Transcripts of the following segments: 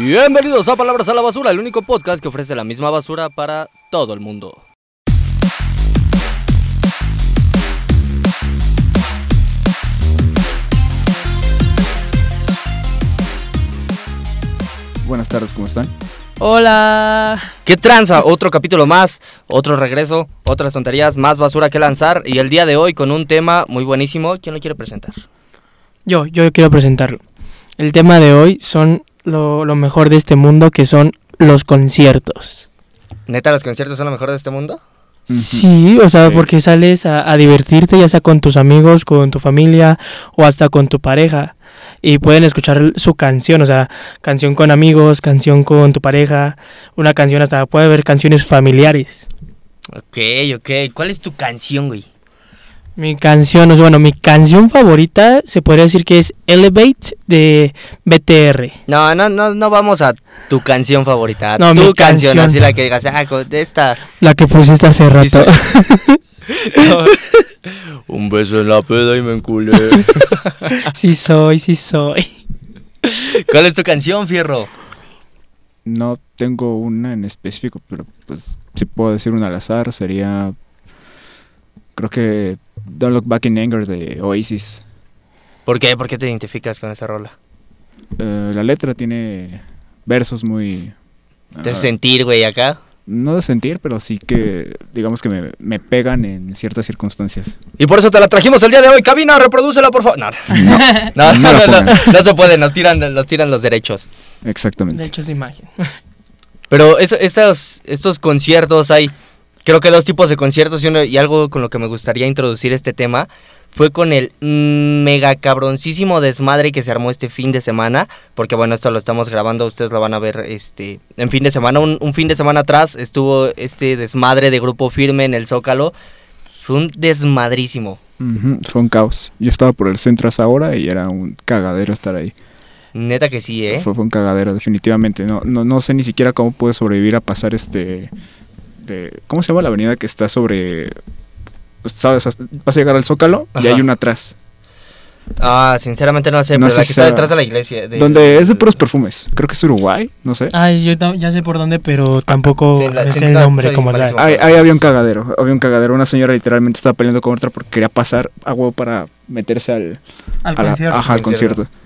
Bienvenidos a Palabras a la Basura, el único podcast que ofrece la misma basura para todo el mundo. Buenas tardes, ¿cómo están? Hola. ¿Qué tranza? Otro capítulo más, otro regreso, otras tonterías, más basura que lanzar y el día de hoy con un tema muy buenísimo. ¿Quién lo quiere presentar? Yo, yo quiero presentarlo. El tema de hoy son lo, lo mejor de este mundo, que son los conciertos. ¿Neta los conciertos son lo mejor de este mundo? Ujú. Sí, o sea, Sí. porque sales a, a divertirte, ya sea con tus amigos, con tu familia o hasta con tu pareja. Y pueden escuchar su canción, o sea, canción con amigos, canción con tu pareja, una canción hasta puede haber canciones familiares. Ok, ok. ¿Cuál es tu canción, güey? Mi canción, o sea, bueno, mi canción favorita se podría decir que es Elevate de BTR. No, no, no, no vamos a tu canción favorita. a No, tu mi canción, canción. así la que digas, ah, con esta. La que pusiste hace rato. Sí, un beso en la peda y me enculé. Sí soy, sí soy. ¿Cuál es tu canción, fierro? No tengo una en específico, pero pues si puedo decir una al azar, sería. Creo que Don't Look Back in Anger de Oasis. ¿Por qué? ¿Por qué te identificas con esa rola? Eh, la letra tiene versos muy. Te ah, hace sentir, güey, acá. no de sentir, pero sí que digamos que me, me pegan en ciertas circunstancias. Y por eso te la trajimos el día de hoy. Cabina, reprodúcela, por favor. No, no, no, No no, la no, pongan. no se puede, nos tiran, nos tiran los derechos. De Exactamente. hecho es imagen. Pero eso- estas- estos conciertos hay, creo que dos tipos de conciertos y, uno- y algo con lo que me gustaría introducir este tema fue con el mega cabroncísimo desmadre que se armó este fin de semana, porque bueno, esto lo estamos grabando, ustedes lo van a ver este en fin de semana, un, un fin de semana atrás estuvo este desmadre de grupo firme en el Zócalo, fue un desmadrísimo. Ujú, Fue un caos. Yo estaba por el centro a esa hora y era un cagadero estar ahí. Neta que sí, ¿eh? Fue, fue un cagadero, definitivamente. No, no, no sé ni siquiera cómo pude sobrevivir a pasar este. De, ¿Cómo se llama la avenida que está sobre. pues, ¿Sabes? hasta- Vas a llegar al Zócalo y Ajá. hay una atrás. Ah, sinceramente no sé, No pero sé la que si está sea- detrás de la iglesia. de- Ah, donde es de puros perfumes. Creo que es Uruguay, no sé. Ay, yo tam- ya sé por dónde, pero tampoco Sí, la- me sí, sé el no, nombre soy como malísimo. tal. Ahí, ahí había un cagadero. Había un cagadero. Una señora literalmente estaba peleando con otra porque quería pasar a huevo para meterse al, Al a la- concierto. ajá, al Concierto. concierto.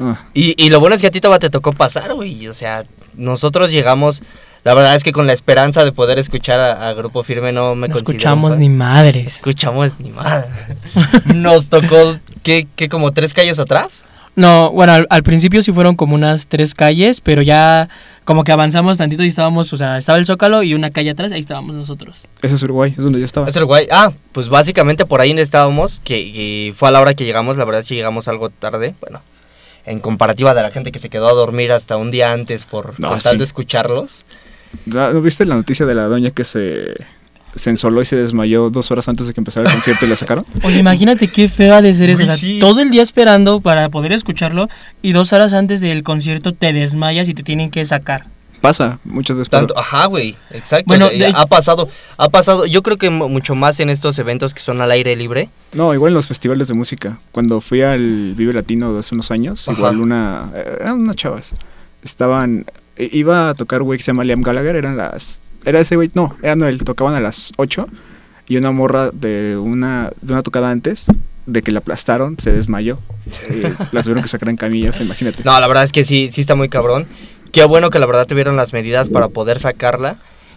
Ah, Y, y lo bueno es que a ti Taba, te tocó pasar, güey. O sea, nosotros llegamos, la verdad es que con la esperanza de poder escuchar a, a Grupo Firme no me no considero escuchamos fan. ni madres. Escuchamos ni madre. Nos tocó, ¿qué, qué, como tres calles atrás? No, bueno, al, al principio sí fueron como unas tres calles, pero ya como que avanzamos tantito y estábamos, o sea, estaba el Zócalo y una calle atrás, ahí estábamos nosotros. ese es Uruguay, es donde yo estaba. Es Uruguay. Ah, pues básicamente por ahí estábamos, que, que fue a la hora que llegamos, la verdad sí llegamos algo tarde, bueno, en comparativa de la gente que se quedó a dormir hasta un día antes por, No, por tal sí. de escucharlos. ¿No no viste la noticia de la doña que se, se ensoló y se desmayó dos horas antes de que empezara el concierto y la sacaron? O sea, imagínate qué feo ha de ser eso, o Güey, sea, sí. todo el día esperando para poder escucharlo y dos horas antes del concierto te desmayas y te tienen que sacar. Pasa, muchas veces. Tanto, ajá, güey, exacto. Bueno, Eh, de- ha pasado, ha pasado, yo creo que mu- mucho más en estos eventos que son al aire libre. No, igual en los festivales de música. Cuando fui al Vive Latino de hace unos años, Ajá. igual una. eh, Eran unas chavas. Estaban. i- Iba a tocar güey que se llama Liam Gallagher, eran las. Era ese güey, no, era Noel, tocaban a las 8 y una morra de una, de una tocada antes, de que la aplastaron, se desmayó. Eh, las vieron que sacaran camillas, imagínate. No, la verdad es que sí, sí está muy cabrón. Qué bueno que la verdad tuvieron las medidas para poder sacarla.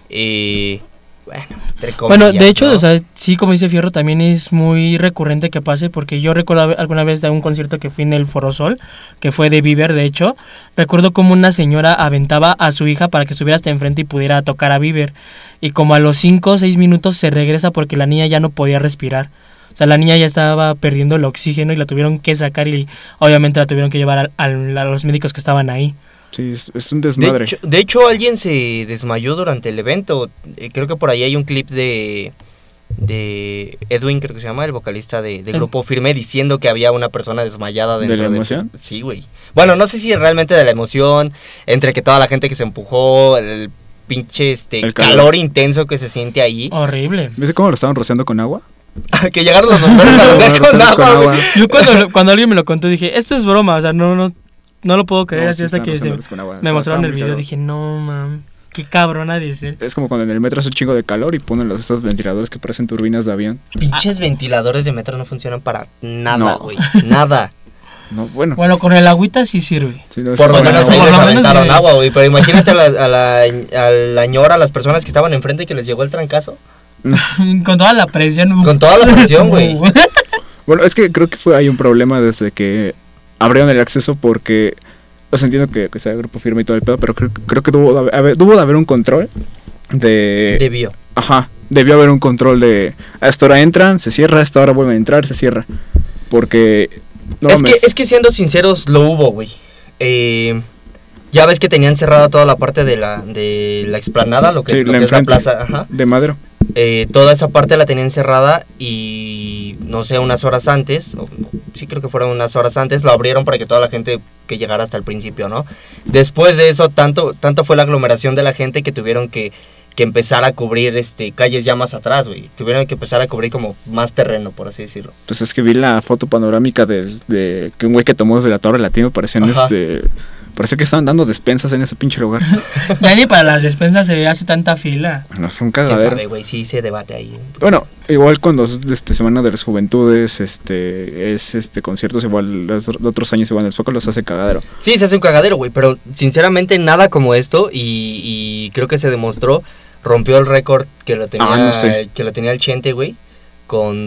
Y bueno, entre comillas. bueno, de hecho, ¿no? o sea, sí, como dice Fierro, también es muy recurrente que pase, porque yo recuerdo haber- alguna vez de un concierto que fui en el Forosol, que fue de Bieber, de hecho, recuerdo como una señora aventaba a su hija para que estuviera hasta enfrente y pudiera tocar a Bieber, y como a los 5 o 6 minutos se regresa porque la niña ya no podía respirar. O sea, la niña ya estaba perdiendo el oxígeno y la tuvieron que sacar y obviamente la tuvieron que llevar al- al- a los médicos que estaban ahí. Sí, es, es un de, desmadre. hecho, de hecho, alguien se desmayó durante el evento. Eh, Creo que por ahí hay un clip de de Edwin, creo que se llama, el vocalista de, de Sí. Grupo Firme, diciendo que había una persona desmayada ¿De dentro la emoción? Sí, güey. Bueno, no sé si realmente de la emoción, entre que toda la gente que se empujó, el pinche este El calor. calor. intenso que se siente ahí, Ah, Horrible. ¿Viste cómo lo estaban rociando con agua? que llegaron los bomberos a hacer Lo estaban con rociando agua, güey. Yo cuando, lo- cuando alguien me lo contó dije, esto es broma, o sea, no, no, no lo puedo creer, No, así sí hasta están que se- rozándolos con agua. me Estaba- estaba mostraron muy el video. cagado. Dije, no, mam, qué cabrona de ser. Es como cuando en el metro hace un chingo de calor y ponen los estos ventiladores que parecen turbinas de avión. Pinches ventiladores de metro no funcionan para nada, No. güey. Nada. No, bueno. Bueno, con el agüita sí sirve. sí, no, Por está lo Bueno, menos bueno. ahí por les lo menos aventaron de- agua, güey. Pero imagínate a la, a, la, a la ñora, a las personas que estaban enfrente y que les llegó el trancazo. con toda la presión. Con toda la presión, güey. Bueno, es que creo que fue, hay un problema desde que abrieron el acceso porque, o sea, entiendo que, que sea grupo firme y todo el pedo, pero creo, creo que tuvo de haber, haber- tuvo de haber un control de... Debió. Ajá, debió haber un control de... A esta hora entran, se cierra, a esta hora vuelven a entrar, se cierra. Porque... No es, que, mames. es que siendo sinceros, lo hubo, güey. Eh, ya ves que tenían cerrada toda la parte de la, de la explanada, lo que, Sí, lo la que es la enfrente. plaza. Ajá. De madero. Eh, toda esa parte la tenían cerrada y no sé, unas horas antes, o- sí creo que fueron unas horas antes, la abrieron para que toda la gente que llegara hasta el principio, ¿no? Después de eso, tanto, tanto fue la aglomeración de la gente que tuvieron que, que empezar a cubrir este, calles ya más atrás, güey. Tuvieron que empezar a cubrir como más terreno, por así decirlo. Pues es que vi la foto panorámica desde que un güey que tomó desde la torre latino parecían Ajá. este... Parecía que estaban dando despensas en ese pinche lugar. ya ni para las despensas se hace tanta fila. No, fue un ¿Quién cagadero. sabe, güey? Sí se debate ahí. ¿eh? Bueno, igual cuando es este, Semana de las Juventudes, este, es este conciertos igual, los de otros años igual en el Zócalo se hace cagadero. Sí, se hace un cagadero, güey, pero sinceramente nada como esto y, y creo que se demostró, rompió el récord que lo tenía, Ah, no sé. que lo tenía el Chente, güey, con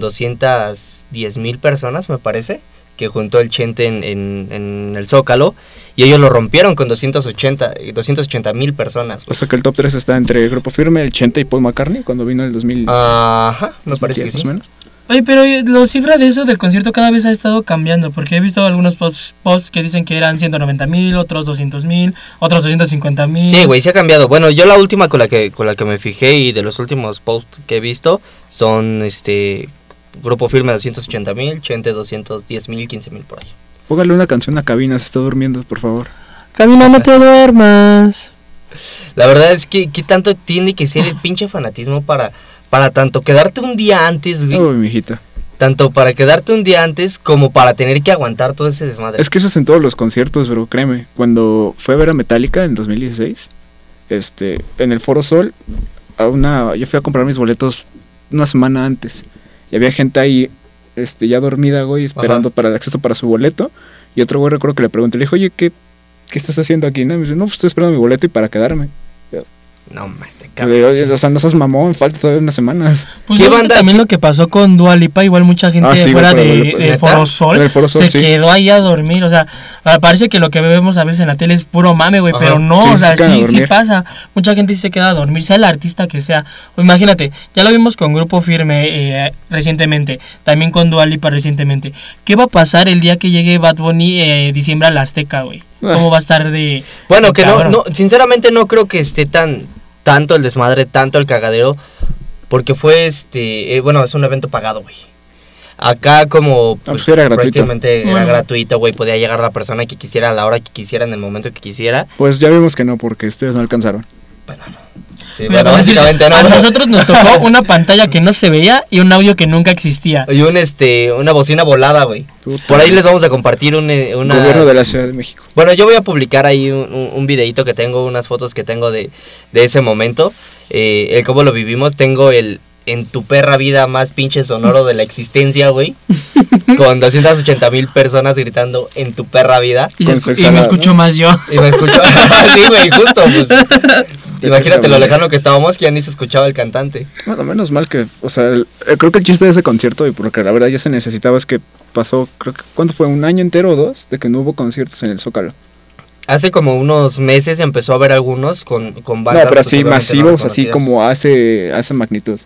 210 mil personas, me parece, que juntó el Chente en, en- en el Zócalo y ellos lo rompieron con 280 mil 280, mil personas, O güey. sea que el top 3 está entre Grupo Firme, el Chente y Paul McCartney cuando vino en el 2000. Ajá, Ah, me parece que sí. menos. Oye, pero eh, la cifra de eso del concierto cada vez ha estado cambiando, porque he visto algunos posts, posts que dicen que eran 190 mil, otros 200 mil, otros 250 mil. Mm. Sí, güey, se ha cambiado. Bueno, yo la última con la que con la que me fijé y de los últimos posts que he visto son este Grupo Firme 280 mil, Chente 210 mil, 15 mil por ahí. Póngale una canción a cabina, se está durmiendo, por favor. Camina, no te duermas. La verdad es que qué tanto tiene que ser el pinche fanatismo para para tanto quedarte un día antes, güey, Uy, mijita. tanto para quedarte un día antes como para tener que aguantar todo ese desmadre. Es que eso es en todos los conciertos, bro, créeme. Cuando fue a ver a Metallica en 2016, este, en el Foro Sol, a una, yo fui a comprar mis boletos una semana antes. Y había gente ahí, este, ya dormida, güey, esperando para el acceso para su boleto. Y otro güey recuerdo que le pregunté, le dije, oye, ¿qué, qué estás haciendo aquí? No, me dice, no, pues estoy esperando mi boleto y para quedarme. No este más, te Le digo, "Oye, cagas. o sea, no seas mamón, falta todavía unas semanas. Pues ¿Qué ¿Qué banda- también lo que pasó con Dua Lipa, igual mucha gente Ah, sí, fuera güey, de, pero- de ¿Neta? Foro Sol, En el Foro Sol, se sí. quedó ahí a dormir, o sea, ah, parece que lo que vemos a veces en la tele es puro mame, güey, Ajá. pero no, Sí, o sí sea, se quedan a sí, sí dormir. pasa. Mucha gente sí se queda a dormir, sea el artista que sea. O imagínate, ya lo vimos con Grupo Firme eh, recientemente, también con Dua Lipa recientemente. ¿Qué va a pasar el día que llegue Bad Bunny eh, diciembre a la Azteca, güey? Ah. ¿Cómo va a estar de... Bueno, de que no, cabrón? no, sinceramente no creo que esté tan tanto el desmadre, tanto el cagadero, porque fue este, eh, bueno, es un evento pagado, güey. Acá como Ah, pues era gratuito. prácticamente era Bueno. gratuito, güey, podía llegar la persona que quisiera a la hora que quisiera en el momento que quisiera. Pues ya vimos que no, porque ustedes no alcanzaron. Sí, Mira, bueno, te voy a decir, básicamente no. pues, a güey. nosotros nos tocó una pantalla que no se veía y un audio que nunca existía. y un este una bocina volada, güey. Por ahí les vamos a compartir un eh, unas- Gobierno de la Ciudad de México. Bueno, yo voy a publicar ahí un, un, un videito que tengo, unas fotos que tengo de, de ese momento, eh, el cómo lo vivimos. Tengo el en tu perra vida más pinche sonoro de la existencia, güey, con 280 mil personas gritando en tu perra vida. Y, se Con su escu- y me exhalada, escucho más yo. Y me escuchó, sí, güey, justo, pues. Imagínate lo lejano que estábamos que ya ni se escuchaba el cantante. Bueno, menos mal que, o sea, el- eh, creo que el chiste de ese concierto, y porque la verdad ya se necesitaba, es que pasó, creo que, ¿cuánto fue? ¿Un año entero o dos? De que no hubo conciertos en el Zócalo. Hace como unos meses empezó a ver algunos con, con No, bandas. pero pues, así obviamente no masivos, así reconocidas. como hace, hace magnitud.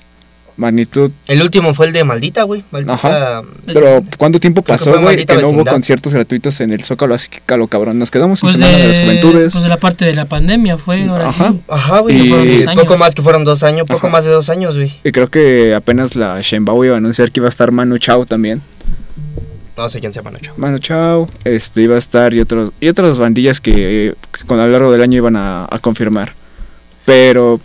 Magnitud, El último fue el de Maldita, güey. Maldita. pero ¿cuánto tiempo Pues Creo que fue pasó, güey? Maldita Que no hubo Vecindad. conciertos gratuitos en el Zócalo, así que calo cabrón. Nos quedamos sin Pues Semana de las Juventudes. Mm, pues de la parte de la pandemia fue ahora Ajá. sí. Ajá, güey. Y- fueron diez años. poco más que fueron dos años, poco Ajá. más de dos años, güey. Y creo que apenas la Shenbao iba a anunciar que iba a estar Manu Chao también. No sé quién se llama Nacho. Manu Chao, este iba a estar y otros y otras bandillas que, eh, que con a lo largo del año iban a, a confirmar. Pero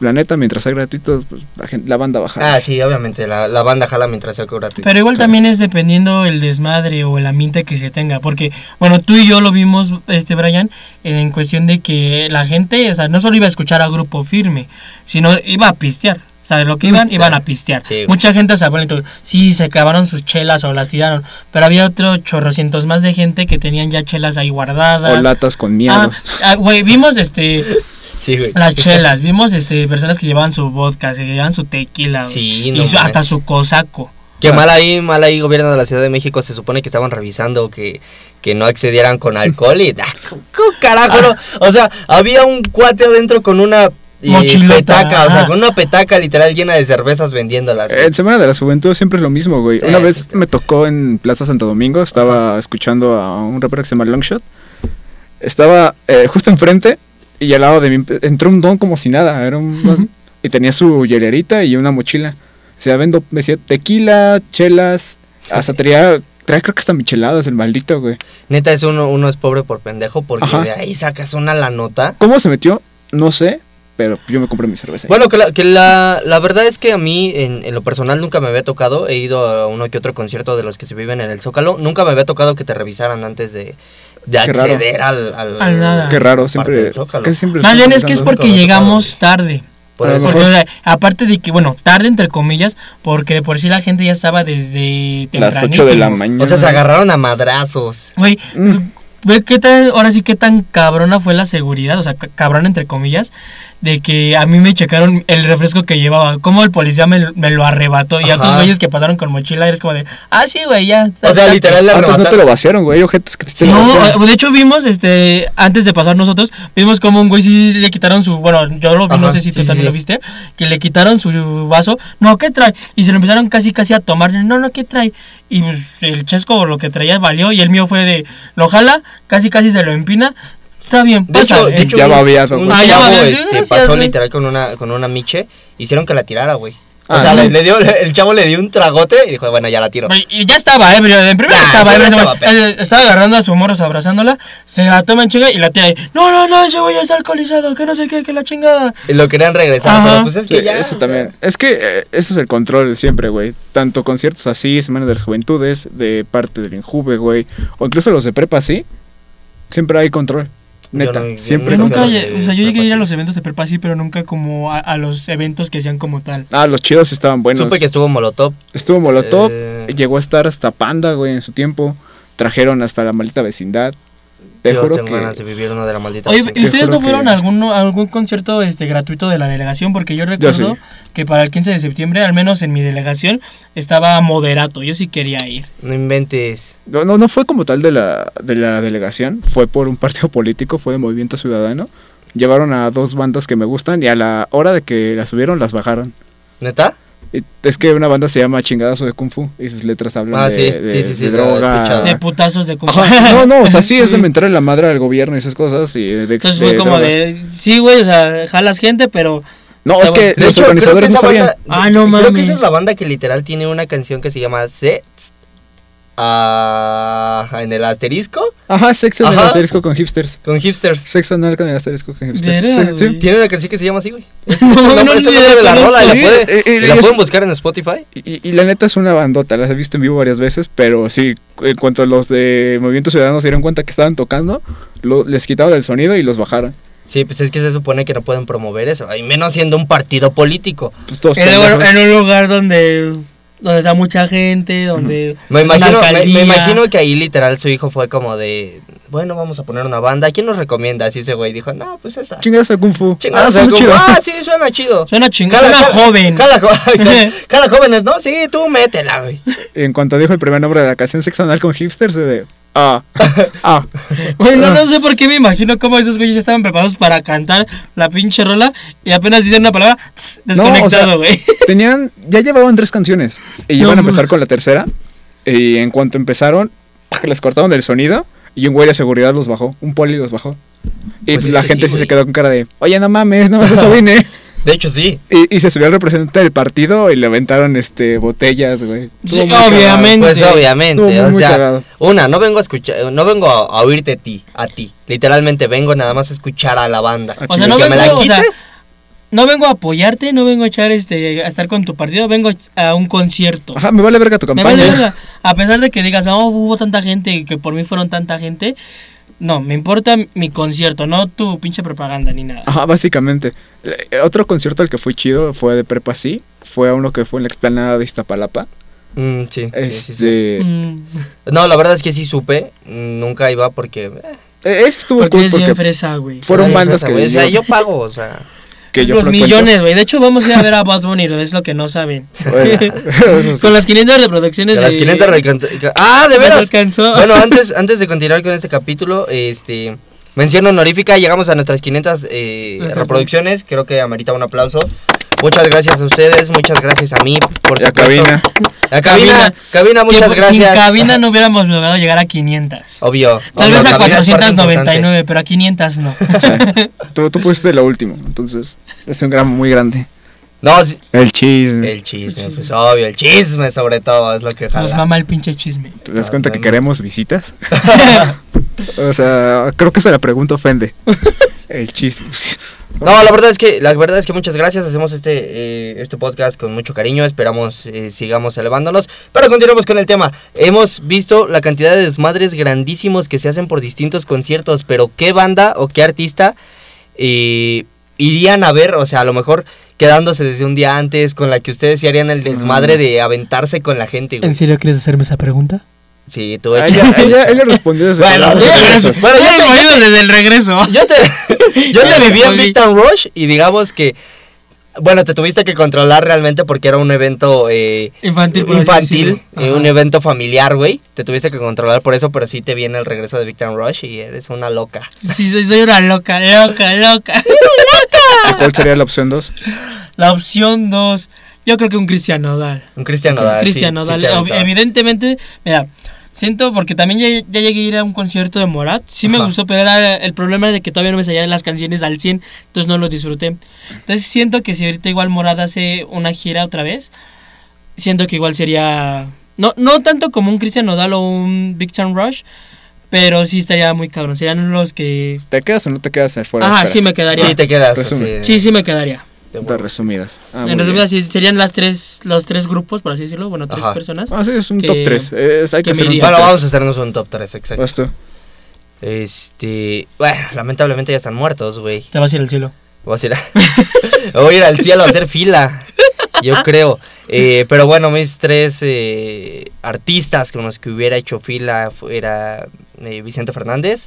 la neta, mientras sea gratuito, pues, la, gente, la banda baja. Ah, sí, obviamente, la, la banda jala mientras sea gratuito. Pero igual también es dependiendo el desmadre o el ambiente que se tenga, porque bueno, tú y yo lo vimos, este Brian, en cuestión de que la gente, o sea, no solo iba a escuchar a Grupo Firme, sino iba a pistear. ¿Sabes lo que Mm, iban? Sí. Iban a pistear. Sí, güey. Mucha gente, o sea, bueno, tú, sí, se acabaron sus chelas o las tiraron, pero había otro chorrocientos más de gente que tenían ya chelas ahí guardadas. o latas con Ah, miedo. ah, güey, vimos este Sí, güey. las chelas, vimos este personas que llevaban su vodka, que llevaban su tequila, güey, Sí, y no su- mames. hasta su cosaco. Que mal ahí, mal ahí, gobierno de la Ciudad de México se supone que estaban revisando que, que no accedieran con alcohol y. ah, cu- cu- carajo! no. Ah. O sea, había un cuate adentro con una. eh, Mochilota, petaca, o sea, ajá. con una petaca literal llena de cervezas vendiéndolas. güey. En Eh, Semana de la Juventud siempre es lo mismo, güey. Sí, Una sí, vez sí. me tocó en Plaza Santo Domingo, estaba escuchando a un rapero que se llama Longshot. Estaba eh, justo enfrente y al lado de mí entró un don como si nada. Era un don, y tenía su hielerita y una mochila. O sea, vendo, me decía tequila, chelas, hasta traía, traía creo que hasta micheladas el maldito, güey. Neta, es uno, uno es pobre por pendejo porque Ajá. de ahí sacas una la nota. ¿Cómo se metió? No sé, pero yo me compré mi cerveza. Bueno, que, la, que la, la verdad es que a mí en, en lo personal nunca me había tocado. He ido a uno que otro concierto de los que se viven en el Zócalo. Nunca me había tocado que te revisaran antes de, de Qué raro. acceder al, al, Al nada. Qué raro, parte siempre. del Zócalo. casi siempre Más estamos bien es que es pensando- por- porque nunca lo llegamos tocaron. tarde. Por A lo eso- mejor. Porque, o sea, aparte de que, bueno, tarde entre comillas, porque de por sí la gente ya estaba desde Las 8 de la tempranísimo. mañana. O sea, se agarraron a madrazos. Güey, Mm. ve qué tan, ahora sí qué tan cabrona fue la seguridad, o sea, ca- cabrón entre comillas, de que a mí me checaron el refresco que llevaba, como el policía me, me lo arrebató y a otros Ajá. güeyes que pasaron con mochila eres como de, ah, sí, güey, ya. O sea, date". literal le Antes no te arrebataron. lo vaciaron, güey. Hay ojetes que te lo vaciaron. eh, No, eh, de hecho vimos, este, antes de pasar nosotros, vimos como un güey sí le quitaron su, bueno, yo lo vi, no Ajá, sé si tú sí, sí, también sí. lo viste, que le quitaron su vaso, no, ¿qué trae? Y se lo empezaron casi casi a tomar, no, no, ¿qué trae? Y pues, el chesco lo que traía valió y el mío fue de, lo jala, casi casi se lo empina, está bien, eh. De hecho, pásale. de hecho, Ya un- babeado, un güey. Ah, ya chavo, babeado, sí, este, gracias, pasó güey. literal con una, con una miche, hicieron que la tirara, güey. O Ah, sea, sí. le, le dio, el chavo le dio un tragote y dijo, bueno, ya la tiro. Güey, Y ya estaba ebrio, en primer Ya, estaba sí, ebrio. ya ese güey. estaba Él Estaba agarrando a su morros, abrazándola, se la toma en chinga y la tía ahí, no, no, no, ese güey está alcoholizado, que no sé qué, que la chingada. Y lo querían regresar, Ajá. pero pues es que Sí, ya. eso o también. Es que eh, eso es el control siempre, güey. Tanto conciertos así, Semana de las Juventudes, de parte del Injuve, güey. O incluso los de prepa así. Siempre hay control. Yo Neta, no- yo siempre Yo hay no- nunca, control. de lle- o sea, yo llegué a ir prepa, a sí. los eventos de prepa, sí, pero nunca como a, a los eventos que sean como tal. Ah, los chidos estaban sea, buenos. Supe que estuvo Molotov. Estuvo Molotov, Eh. llegó a estar hasta Panda, güey, en su tiempo. Trajeron hasta la maldita vecindad. Te Yo juro tengo que... ganas de vivir uno de la maldita. Oye, vecindad. ¿y ustedes juro no fueron que- a, alguno- a algún concierto este gratuito de la delegación? Porque yo recuerdo sí. que para el 15 de septiembre, al menos en mi delegación, estaba moderato. Yo sí quería ir. No inventes. No, no, no fue como tal de la, de la delegación, fue por un partido político, fue de Movimiento Ciudadano. Llevaron a dos bandas que me gustan y a la hora de que las subieron las bajaron. ¿Neta? Y es que una banda se llama Chingadazo de Kung Fu y sus letras hablan Ah, de, sí, sí, de- sí, sí, de lo he droga. escuchado. De putazos de compa. Ah. Ajá, no, no, o sea, sí es de mentar la madre al gobierno y esas cosas y de, de- Entonces de fue como drogas. de, sí, güey, o sea, jalas gente, pero No, es que Eh, De los hecho, creo que organizadores no esa sabían. banda- Ah, no Creo que mames. esa es la banda que literal tiene una canción que se llama Sets. Ah, en el asterisco Ajá, sexo en el Ajá. asterisco con hipsters. con hipsters. Sexo anal con el asterisco con hipsters. Verá, Sí, sí. güey. Tiene una canción que se llama así, güey. Es, es No, el nombre, no es el ni nombre de la la rola. y La, conozco. puede- Eh, eh, la ellos- pueden buscar en Spotify. Y, y la neta es una bandota, las he visto en vivo varias veces, pero sí, en cuanto los de Movimiento Ciudadano se dieron cuenta que estaban tocando, lo- les quitaban el sonido y los bajaron. Sí, pues es que se supone que no pueden promover eso, y menos siendo un partido político. Pues todos y luego pendejos. en un lugar donde, donde está mucha gente, donde... Me es una imagino, me- me, alcaldía. imagino que ahí literal su hijo fue como de, bueno, vamos a poner una banda, ¿quién nos recomienda? Así ese güey dijo, no, pues esa. Chingadas a Kung Fu. Chingada, ah, o sea, son como, chido. ah, sí, suena chido. Suena chingada, suena joven. Cada, jo- exacto. Cada jóvenes, ¿no? Sí, tú métela, güey. En cuanto dijo el primer nombre de la canción Sexo anal con hipsters, se de... Ah, ah. Güey, no, no sé por qué me imagino cómo esos güeyes ya estaban preparados para cantar la pinche rola y apenas dicen una palabra, tss, No, o sea, desconectado, güey. Tenían, ya llevaban tres canciones y No, iban a ma- empezar con la tercera. Y en cuanto empezaron, les cortaron el sonido y un güey de seguridad los bajó, un poli los bajó. Y Pues es la que gente sí, sí se güey. quedó con cara de, oye, no mames, no más eso vine. De hecho, sí. Y, y se subió el representante del partido y le aventaron este, botellas, güey. Sí, Estuvo muy cagado. obviamente. Pues obviamente, Estuvo muy o sea, cagado. una, no vengo a escuchar, no vengo a, a oírte a ti, a ti. Literalmente vengo nada más a escuchar a la banda. Ah, O sea, Y no que me la vengo, o sea, quites, no vengo a apoyarte, no vengo a echar este a estar con tu partido, vengo a un concierto. Ajá, me vale verga tu Me campaña. vale verga. A pesar de que digas, oh, hubo tanta gente y que por mí fueron tanta gente, no, me importa mi concierto, no tu pinche propaganda ni nada. Ajá, básicamente. Eh, Otro concierto al que fui chido fue de prepa sí. Fue a uno que fue en la explanada de Iztapalapa. Mm, sí, sí, sí, sí. Este, Mm, No, la verdad es que sí supe. mm, Nunca iba porque. eh, eh, ese estuvo porque cool es bien porque fresa, güey. Fueron nadie bandas usa, que güey, O sea, yo yo- pago, o sea. que yo Los frecuento. millones, güey. De hecho, vamos a ir a ver a Bad Bunny, es lo que no saben. Bueno, eso sí. Con las 500 reproducciones que las de- 500 recant- Ah, de nos veras. alcanzó. Bueno, antes, antes de continuar con este capítulo, este. Mención honorífica, llegamos a nuestras 500 eh, Nuestras- reproducciones, creo que amerita un aplauso. Muchas gracias a ustedes, muchas gracias a mí por La supuesto. cabina. La cabina, Cabina. cabina, muchas Que gracias. Sin cabina no hubiéramos logrado llegar a 500. Obvio. Tal obvio, vez a cabina es parte importante. 499, pero a 500 no. Tú, tú pusiste lo último, entonces es un gran muy grande. No, sí, El chisme. el chisme, pues obvio, el chisme sobre todo es lo que Nos jala. mama el pinche chisme. ¿Te das No, cuenta no, que no. queremos visitas? o sea, creo que esa la pregunta ofende. El chisme. No, la verdad es que la verdad es que muchas gracias. Hacemos este eh, este podcast con mucho cariño. Esperamos eh, sigamos elevándonos. Pero continuemos con el tema. Hemos visto la cantidad de desmadres grandísimos que se hacen por distintos conciertos. Pero qué banda o qué artista eh, irían a ver, o sea, a lo mejor quedándose desde un día antes, con la que ustedes se harían el Mm. desmadre de aventarse con la gente. güey. ¿En serio quieres hacerme esa pregunta? Sí, tú. Ella, ella, ella respondió desde Bueno, desde ya, esos. bueno, yo te- yo te- desde el regreso. Yo te, yo te Bueno, viví en ok. Big Time Rush y digamos que, bueno, te tuviste que controlar realmente porque era un evento eh, Infantil. por así infantil, decirlo. eh, Ajá. un evento familiar, güey. Te tuviste que controlar por eso, pero sí te viene el regreso de Big Time Rush y eres una loca. Sí, soy, soy una loca, loca, loca. ¿Y ¿Cuál sería la opción 2? La opción 2, yo creo que un Cristian Nodal. Un Cristian Nodal. Cristian sí, Nodal, sí te ob- aventabas. evidentemente, mira, siento porque también ya, ya llegué a ir a un concierto de Morat, sí me Ajá. gustó, pero era el problema de que todavía no me salían las canciones al 100, entonces no lo disfruté. Entonces siento que si ahorita igual Morat hace una gira otra vez, siento que igual sería no no tanto como un Cristian Nodal o un Big Time Rush, pero sí estaría muy cabrón, serían los que ¿Te quedas o no te quedas fuera? Ajá, Espera. sí me quedaría. Sí, te quedas. Resume. así, Sí, sí me quedaría. de Preguntas huevo. resumidas. Ah, muy en resumen, bien. sí, serían las tres los tres grupos, por así decirlo, bueno, tres Ajá. personas. Ah, sí, es un que- top 3. hay que que hacer me un Bueno, top iría. tres. Pues. vamos a hacernos un top 3, exacto. Vas tú. Este, bueno, lamentablemente ya están muertos, güey. Te vas a ir al cielo. Voy a ir, a- voy a ir al cielo a hacer fila. Yo creo. Eh, pero bueno, mis tres eh, artistas con los que hubiera hecho fila era eh, Vicente Fernández,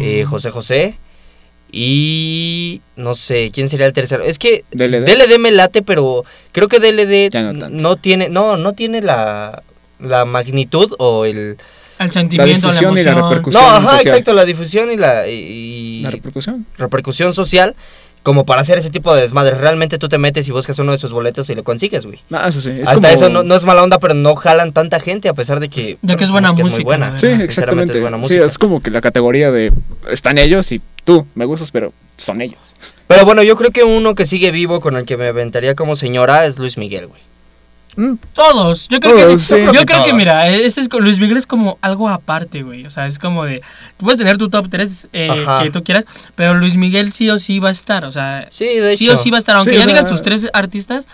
eh, Mm. José José y no sé, ¿quién sería el tercero? Es que DLD. DLD me late, pero creo que DLD Ya no n- tanto. tiene, no, no tiene la, la magnitud o el... Al sentimiento, a la difusión y la emoción. repercusión. No, ajá, social. exacto, la difusión y la... y- La y- repercusión. repercusión social como para hacer ese tipo de desmadres. Realmente tú te metes y buscas uno de sus boletos y lo consigues, güey. Ah, eso sí. es Hasta como- eso no, no es mala onda, pero no jalan tanta gente a pesar de que... De que es buena música música, ¿no? buena. Sí, Sinceramente exactamente. Es buena sí, música. es como que la categoría de están ellos y tú, me gustas, pero son ellos. Pero bueno, yo creo que uno que sigue vivo con el que me aventaría como señora es Luis Miguel, güey. Mm, Todos, yo creo que Todos, sí. sí. Yo Creo que creo que, todos. mira, este es, Luis Miguel es como algo aparte, güey. O sea, es como de. Tú puedes tener tu top 3 Ajá. que tú quieras, pero Luis Miguel sí o sí va a estar. O sea, Sí, de hecho. sí o sí va a estar. Aunque Sí, ya o sea- digas tus tres artistas,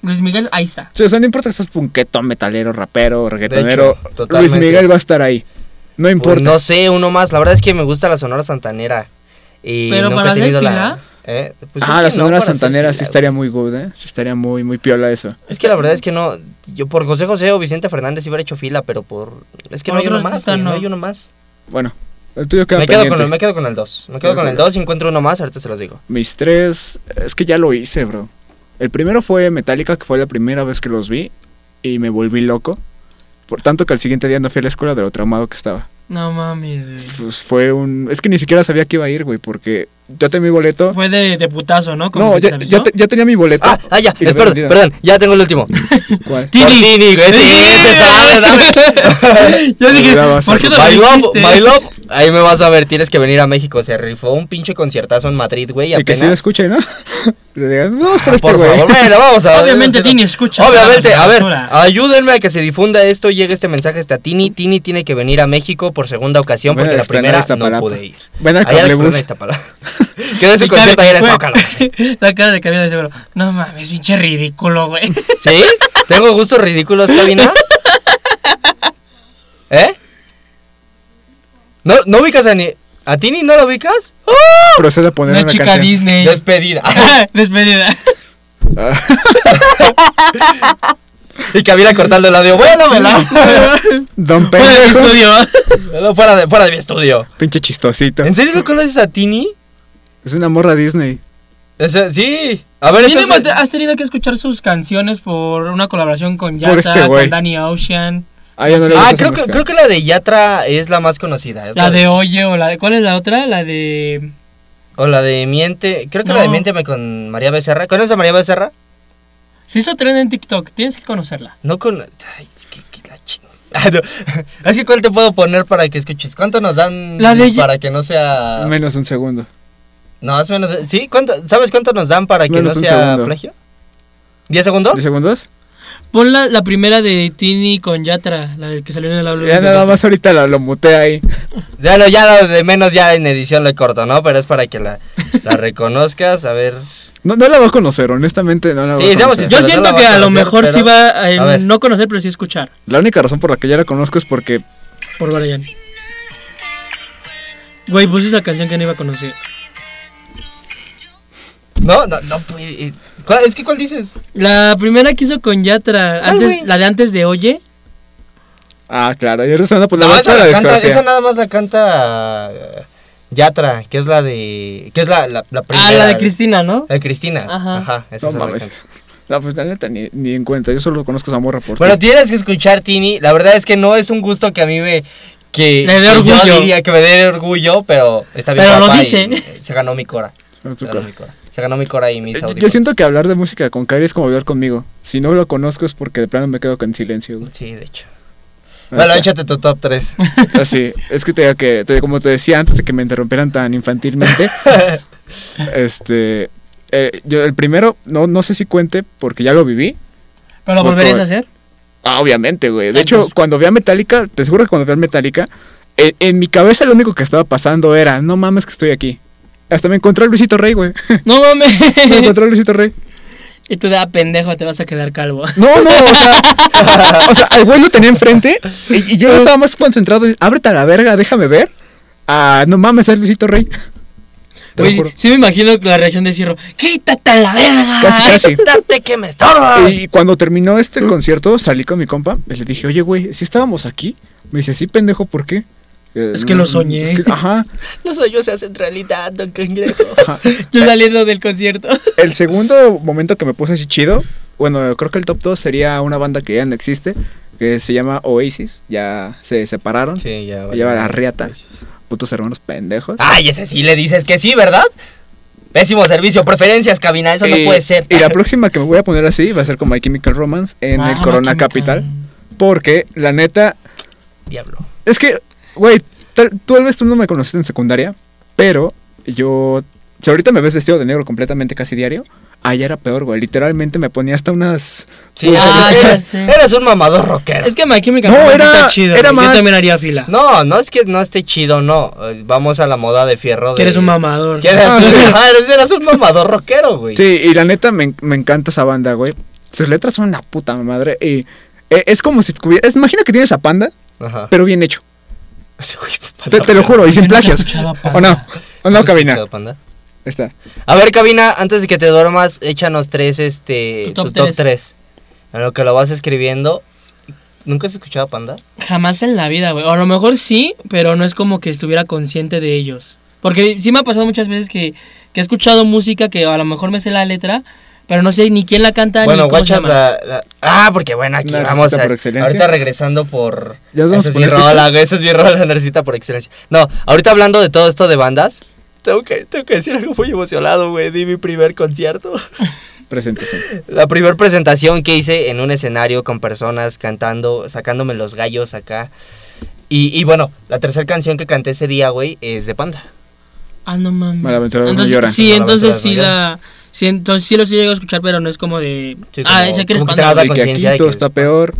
Luis Miguel ahí está. Sí, o sea, no importa que seas punqueto, metalero, rapero, reggaetonero. Luis totalmente. Miguel va a estar ahí. No Pues, importa. no sé, uno más. La verdad es que me gusta la Sonora Santanera. Y Pero nunca para he tenido hacer la... ¿Eh? Pues es ah, que la no, para Sonora hacer Santanera sí fila, estaría muy good, ¿eh? Sí estaría muy, muy piola eso. Es que la verdad es que no. Yo por José José o Vicente Fernández hubiera hecho fila, pero por. Es que Por no hay otro uno más, artista, güey, no. no. hay uno más. Bueno, el tuyo queda Me quedo, con pendiente. el, me quedo con el 2. Me quedo Queda con el con- 2. Si encuentro uno más, ahorita se los digo. Mis tres, es que ya lo hice, bro. El primero fue Metallica, que fue la primera vez que los vi y me volví loco. Por tanto que al siguiente día no fui a la escuela de lo traumado que estaba. No mames, güey. Pues fue un... Es que ni siquiera sabía que iba a ir, güey, porque yo tenía mi boleto. Fue de, de putazo, ¿no? Como No, que te ya, avisó. ya te- ya tenía mi boleto. Ah, ah, ya. Y lo es- perdón, había olvidado. perdón, ya tengo el último. ¿Cuál? Por Tini. Tini, güey. Sí, se sabe, dame. Yo dije, Olvidaba ¿por qué no lo My love, dijiste? my love. Ahí me vas a ver, tienes que venir a México. Se rifó un pinche conciertazo en Madrid, güey. y Y que Apenas. Ah, sí lo escuche, ¿no? Le digan, no, es por este Por güey. favor, bueno, vamos a Obviamente, vamos a- Tini, escucha. Obviamente, a ver, basura. ayúdenme a que se difunda esto, llegue este mensaje hasta Tini. Tini tiene que venir a México por segunda ocasión Ven a porque la explorar primera esta no palapa. pude ir. Ven al Allá la cablebus. exploran esta palabra. Que de ese Mi concierto cara- ayer en güey, Zócalo. La cara de Cabina de Seguro. No mames, pinche ridículo, güey. ¿Sí? ¿Tengo gustos ridículos, Cabina? ¿Eh? ¿No, ¿No ubicas a ni... ¿A Tini no lo ubicas? Procede a poner Una una chica canción. Disney. Despedida. Despedida. y Cabina cortando el audio. Bueno, ¿verdad? Don Fuera del Pendejo. estudio. fuera, de, fuera de mi estudio. Pinche chistosito. ¿En serio no conoces a Tini? Es una morra Disney. O sea, sí. A ver, Mínimo, entonces... te- has tenido que escuchar sus canciones por una colaboración con Por Yata, este güey. con Danny Ocean, Ah, ya no le gusta Ah, esa creo que, música. creo que la de Yatra es la más conocida. es la de Oye o la de... ¿Cuál es la otra? La de... O la de Miente. Creo que la de No. Miénteme con María Becerra. ¿Conoces a María Becerra? Se hizo tren en TikTok, tienes que conocerla. No con. Ay, es que, que la ching- Ah, no. Es que, ¿cuál te puedo poner para que escuches? ¿Cuánto nos dan La de- para que no sea. Menos un segundo. No, es menos. ¿Sí? ¿Cuánto, ¿Sabes cuánto nos dan para que Menos no un sea segundo. plagio? ¿10 segundos? ¿Diez segundos? Pon la, la primera de Tini con Yatra, la del que salió en el aula. Ya nada más ahorita lo, lo muteé ahí. Ya lo, ya lo de menos, ya en edición lo corto, ¿no? Pero es para que la, la reconozcas. A ver. No, no la voy a conocer, honestamente no la voy Sí, a seamos conocer. sinceros. Yo siento que a lo mejor sí va a, eh, a ver. no conocer, pero sí escuchar La única razón por la que ya la conozco es porque por Brian. Güey, pusiste la canción que no iba a conocer. No, no, no puede. ¿Cuál- es que, ¿cuál dices? La primera que hizo con Yatra, ¿Cuál, antes, güey? la de antes de Oye. Ah, claro, y ahora se van a poner No, la esa, bolsa de la la canta- discografía. esa nada más la canta eh, Yatra, que es la de. que es la, la, la primera. Ah, la de Cristina, ¿no? Eh, La de Cristina. Ajá. Ajá. esa No es la mames. canta. No, pues la neta ni, ni en cuenta, yo solo conozco a esa morra por Bueno, ti. tienes que escuchar, Tini. La verdad es que no es un gusto que a mí me. Que, Le dé que Yo orgullo. diría que me dé orgullo, pero está bien. Pero lo guapa y, dice. eh, se ganó mi cora. No, tú Se ganó co- mi cora. Se ganó mi cora y Eh, mis yo- audífonos. Yo siento que hablar de música con Kairi es como hablar conmigo. Si no lo conozco es porque de plano me quedo con silencio, güey. Sí, de hecho. Bueno, Ahí está. échate tu top 3. Así, es que te digo que, te- como te decía antes de que me interrumpieran tan infantilmente, este, eh, yo el primero, no, no sé si cuente porque ya lo viví. ¿Pero lo Fue volverías con- a hacer? Ah, obviamente, güey. De Ah, hecho, pues. cuando vi a Metallica, te juro que cuando vi a Metallica, en, en mi cabeza lo único que estaba pasando era, no mames que estoy aquí. Hasta me encontré a Luisito Rey, güey. No Me mames. encontré a Luisito Rey. y tú de ah, pendejo, te vas a quedar calvo. No, no, o sea, o sea, al güey lo tenía enfrente y, y yo estaba más concentrado en, ábrete a la verga, déjame ver. Ah, no mames, es Luisito Rey. Te lo Güey, juro. sí me imagino la reacción de Cierro. ¡Quítate a la verga! Casi, casi. ¡Date que me estorba! Y cuando terminó este concierto, salí con mi compa y le dije, oye, güey, si estábamos aquí. Me dice, sí, pendejo, ¿por qué? Eh, Es que lo soñé. es que- ajá, No soy yo, sea centralidad, don Cangrejo. ajá. Yo saliendo del concierto. El segundo momento que me puse así chido, bueno, creo que el top 2 sería una banda que ya no existe, que se llama Oasis, ya se separaron, Sí, ya. vale. Lleva la riata. putos hermanos pendejos. Ay, ese sí le dices que sí, ¿verdad? Pésimo servicio, preferencias, cabina, eso no Y- puede ser. Eh, Ah, Y la próxima que me voy a poner así va a ser con My Chemical Romance en el Ah, Corona química. Capital, porque la neta, Diablo. es que, güey, tal, tal vez tú no me conociste en secundaria, pero yo, si ahorita me ves vestido de negro completamente casi diario, allá era peor, güey, literalmente me ponía hasta unas... Sí, Ah, eres- ya eres, sé. eres un mamador rockero. Es que My Chemical No, Romance era- está chido. era güey. más- Yo también haría fila. No, no es que no esté chido, no. Eh, Vamos a la moda de fierro. que De... eres un mamador. Que eres, Ah, sí. Ah, eres- eres un mamador rockero, güey. Sí, y la neta me, en- me encanta esa banda, güey. Sus letras son una puta madre. Y eh, es como si estuviera. es- imagina que tienes a Panda, Ajá. pero bien hecho. Ese güey, Te, te lo juro, y sin Yo nunca he plagios. escuchado a Panda. ¿O no? ¿O no, cabina? Ahí Escuchado, Panda? Está. A ver, cabina, antes de que te duermas, échanos tres, este. Tu top tres. 3. En lo que lo vas escribiendo. ¿Nunca has escuchado a Panda? Jamás en la vida, güey. O a lo mejor sí, pero no es como que estuviera consciente de ellos. Porque sí me ha pasado muchas veces que, que he escuchado música que a lo mejor me sé la letra, pero no sé ni quién la canta Bueno, ni cómo se guachas llama. la, la- Ah, porque bueno, aquí Narcisista vamos a... por excelencia. Ahorita regresando por... ¿Ya nos vamos esa es a mi poner rola, fichas? güey, esa es mi rola, narcisista por excelencia. No, ahorita hablando de todo esto de bandas, tengo que, tengo que decir algo muy emocionado, güey. Di mi primer concierto. Presentación. La primera presentación que hice en un escenario con personas cantando, sacándome los gallos acá. Y, y bueno, la tercera canción que canté ese día, güey, es de Panda. Ah, no mames. Malaventurados no entonces, lloran. Sí, entonces Malaventurados sí no la... Sí, entonces sí los he llegado a escuchar, pero no es como de... Sí, ah, como- sé que eres como que te das panda, la Y güey. que conciencia aquí de todo que- está peor.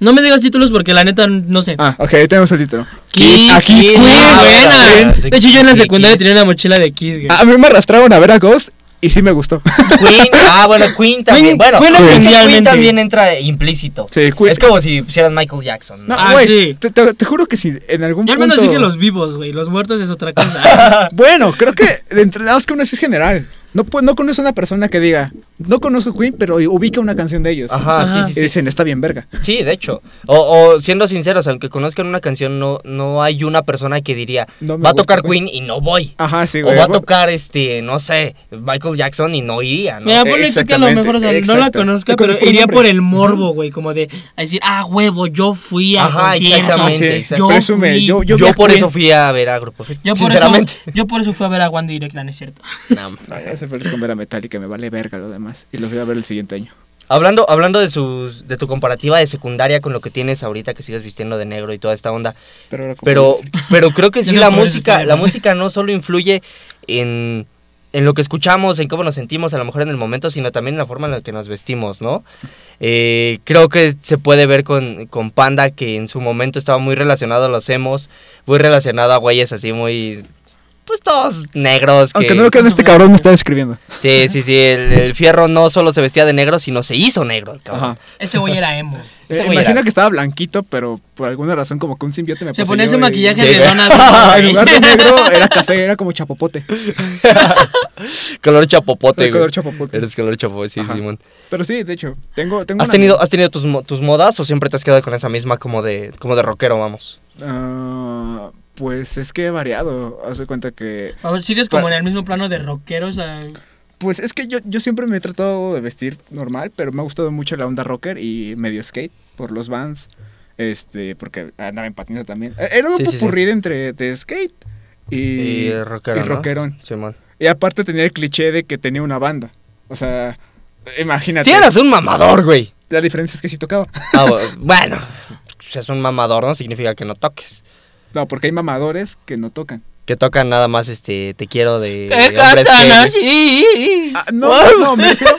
No me digas títulos porque la neta no sé. Ah, ok, ahí tenemos el título. Kiss, Ah, Kiss Kiss, Queen, muy güey. buena. De De hecho, yo en la Kiss. secundaria tenía una mochila de Kiss, güey. Ah, A mí me arrastraron a ver a Ghost y sí me gustó. Queen, ah, bueno, Queen también. Queen- bueno, Queen es que Queen mundialmente. también entra implícito. Sí, Queen. Es como si pusieras Michael Jackson. ¿no? No, Ah, güey, sí. te, te- te juro que si en algún Yo al punto... menos dije los vivos, güey. Los muertos es otra cosa. Bueno, creo que de entrenados que uno es general. No, pu- no conozco a una persona que diga, no conozco Queen, pero ubica una canción de ellos. Ajá, Ajá. sí, Y sí, sí. dicen, está bien verga. Sí, de hecho. O, o siendo sinceros, aunque conozcan una canción, no, no hay una persona que diría, No me va a gusta tocar Queen". Queen y no voy. Ajá, sí, o güey. va a tocar, este, no sé, Michael Jackson y no iría, ¿no? Mira, ponle tú que a lo Exactamente, mejor, o sea, no la exacto. conozca, Yo conozco pero el iría nombre. por el morbo, güey. Como de a decir, ah, huevo, yo fui a. Ajá, conciertos. exactamente, Ah, sí, exacto. presume, fui- yo, yo, Yo, vi a por Queen. eso fui a ver a Grupo Firme, Yo por, sinceramente. Eso, yo por eso fui a ver a One Direct, no es cierto. No. No, yo soy feliz con ver a Metallica, me vale verga lo demás. Y los voy a ver el siguiente año. Hablando, hablando de sus, de tu comparativa de secundaria con lo que tienes ahorita, que sigues vistiendo de negro y toda esta onda, Pero, ahora como pero, dice- pero creo que Ya sí no la puedes música, esperar. la música no solo influye en, en lo que escuchamos, en cómo nos sentimos, a lo mejor en el momento, sino también en la forma en la que nos vestimos, ¿no? Eh, creo que se puede ver con, con Panda, que en su momento estaba muy relacionado a los emos, muy relacionado a güeyes así muy, pues todos negros. Aunque que- no lo crean, este cabrón me está describiendo. Sí, sí, sí, el, el fierro no solo se vestía de negro, sino se hizo negro, el cabrón. Ajá. Ese güey era emo. Eh, Ese güey imagina era- que estaba blanquito, pero por alguna razón como que un simbiote me Se poseyó ponía ese y- Ah, maquillaje Sí, de güey. Donna en Donna, lugar güey. de negro era café, era como chapopote. Color chapopote, Era güey. color chapopote. Eres color chapopote, sí, Ajá. Simón. Pero sí, de hecho, tengo, tengo ¿Has una- tenido, ¿Has tenido tus, mo- tus modas o siempre te has quedado con esa misma como de, como de rockero, vamos? Ah, pues es que he variado. Haz de cuenta que. A ver, sigues como en el mismo plano de rockeros. a- Pues es que yo, yo siempre me he tratado de vestir normal, pero me ha gustado mucho la onda rocker y medio skate por los vans. Este, porque andaba en patineta también. Eh, Era un Sí, sí, sí. popurrí de entre de skate y, Y rockero, y ¿no? rockerón. Simón. Y aparte tenía el cliché de que tenía una banda. O sea, imagínate. Sí, eras un mamador, güey. La diferencia es que sí tocaba. Ah, bu- bueno, si es un mamador no significa que no toques. No, porque hay mamadores que no tocan. Que tocan nada más este Te quiero de, de ¡Qué hombres katana! gay. Eh, Sí. Ah, no, no, me refiero-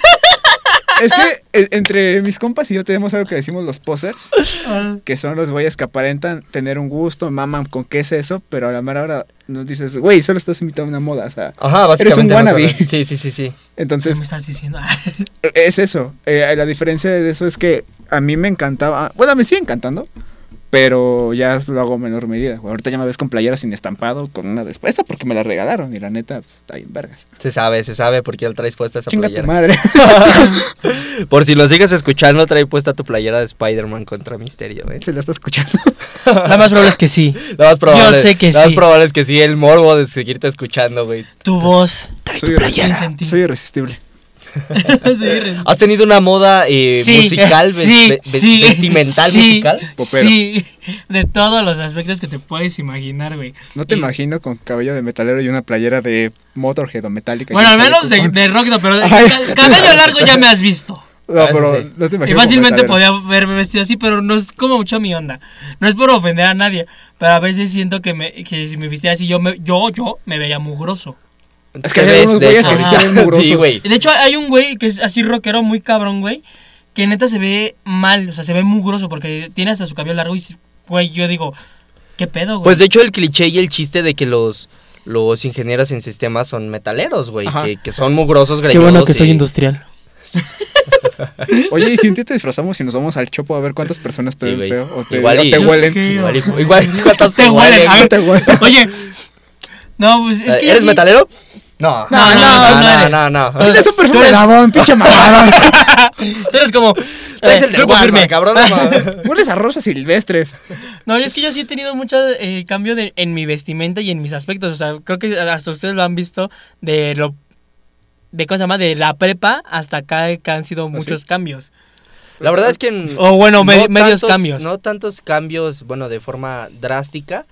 Es que eh, entre mis compas y yo tenemos algo que decimos los posers, Ah. que son los güeyes que aparentan tener un gusto, maman con qué es eso, pero a la mera hora nos dices, güey, solo estás imitando una moda, o sea, Ajá, básicamente. Eres un ¿no? wannabe. Sí, sí, sí, sí. entonces ¿Qué me estás diciendo? es eso. Eh, la diferencia de eso es que a mí me encantaba, bueno, me sigue encantando, pero ya lo hago en menor medida. güey. Ahorita ya me ves con playera sin estampado, con una despuesta porque me la regalaron y la neta pues, está bien vergas. Se sabe, se sabe por qué él traes puesta esa Chinga tu playera. madre. Por si lo sigues escuchando, trae puesta tu playera de Spider-Man contra Misterio, ¿eh? Se la está escuchando. La más probable es que sí. Lo más probable, Yo sé que lo más sí. probable es que sí, el morbo de seguirte escuchando, güey. Tu voz. Soy, playera. irresistible. soy irresistible. sí, ¿Has tenido una moda Ah, eh, musical, ves- ve- ve- vestimental sí, musical? Popero. Sí, de todos los aspectos que te puedes imaginar, güey. No te Y- imagino con cabello de metalero y una playera de Motorhead o Metallica. Bueno, Yo al menos estaría de, ocupando- de rock, no, pero de- Ay. ca- cabello largo ya me has visto. No, Ah, eso pero sí. no te Y imagino. como fácilmente metalero. podía verme vestido así, pero no es como mucho mi onda. No es por ofender a nadie, pero a veces siento que, me, que si me vistiera así, yo, me, yo, yo me vería mugroso. Es que Te hay ves, algunos de güeyes hecho. que sí se ven Ajá. mugrosos. Sí, güey. De hecho, hay un güey que es así rockero, muy cabrón, güey, que neta se ve mal, o sea, se ve mugroso porque tiene hasta su cabello largo y, güey, yo digo, ¿qué pedo, güey? Pues de hecho el cliché y el chiste de que los, los ingenieros en sistemas son metaleros, güey, Ajá. que, que son mugrosos, Qué bueno que greñudos soy y- industrial. Oye, ¿y si un día te disfrazamos y nos vamos al chopo a ver cuántas personas te Sí, ven güey. feo? O te, Igual o y- te huelen. ¿Qué? Igual, y- igual ¿cuántas Te huelen, güey? a ver, Te huelen. Oye, no, pues es que... ¿Eh, ¿Eres sí- metalero? No. No, no, no no, eres. no, no, no. Eres un perfume de lavón, pinche mamadón. Tú eres como... Traes eh, el de grupo Walmart, firme. cabrón. no mames. Hueles a rosas silvestres. No, y es que yo sí he tenido mucho eh, cambio de- en mi vestimenta y en mis aspectos. O sea, creo que hasta ustedes lo han visto de lo... De, ¿Cómo se llama? De la prepa hasta acá que han ¿Ah, sido muchos cambios. La verdad es que... en- O bueno, me- no medios tantos- cambios. No tantos cambios, bueno, de forma drástica,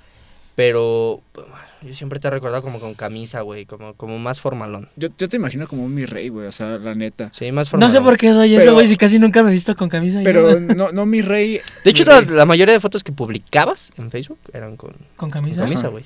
pero bueno, yo siempre te he recordado como con camisa, güey, como, como más formalón. Yo, yo te imagino como un mi rey, güey, o sea, la neta. Sí, más No formalón. sé por qué doy eso, Pero- güey, si casi nunca me he visto con camisa. y Pero nada. no, no mi rey. De hecho, mi la, rey. la mayoría de fotos que publicabas en Facebook eran con, con ¿Con camisa? Con camisa, Ajá. güey.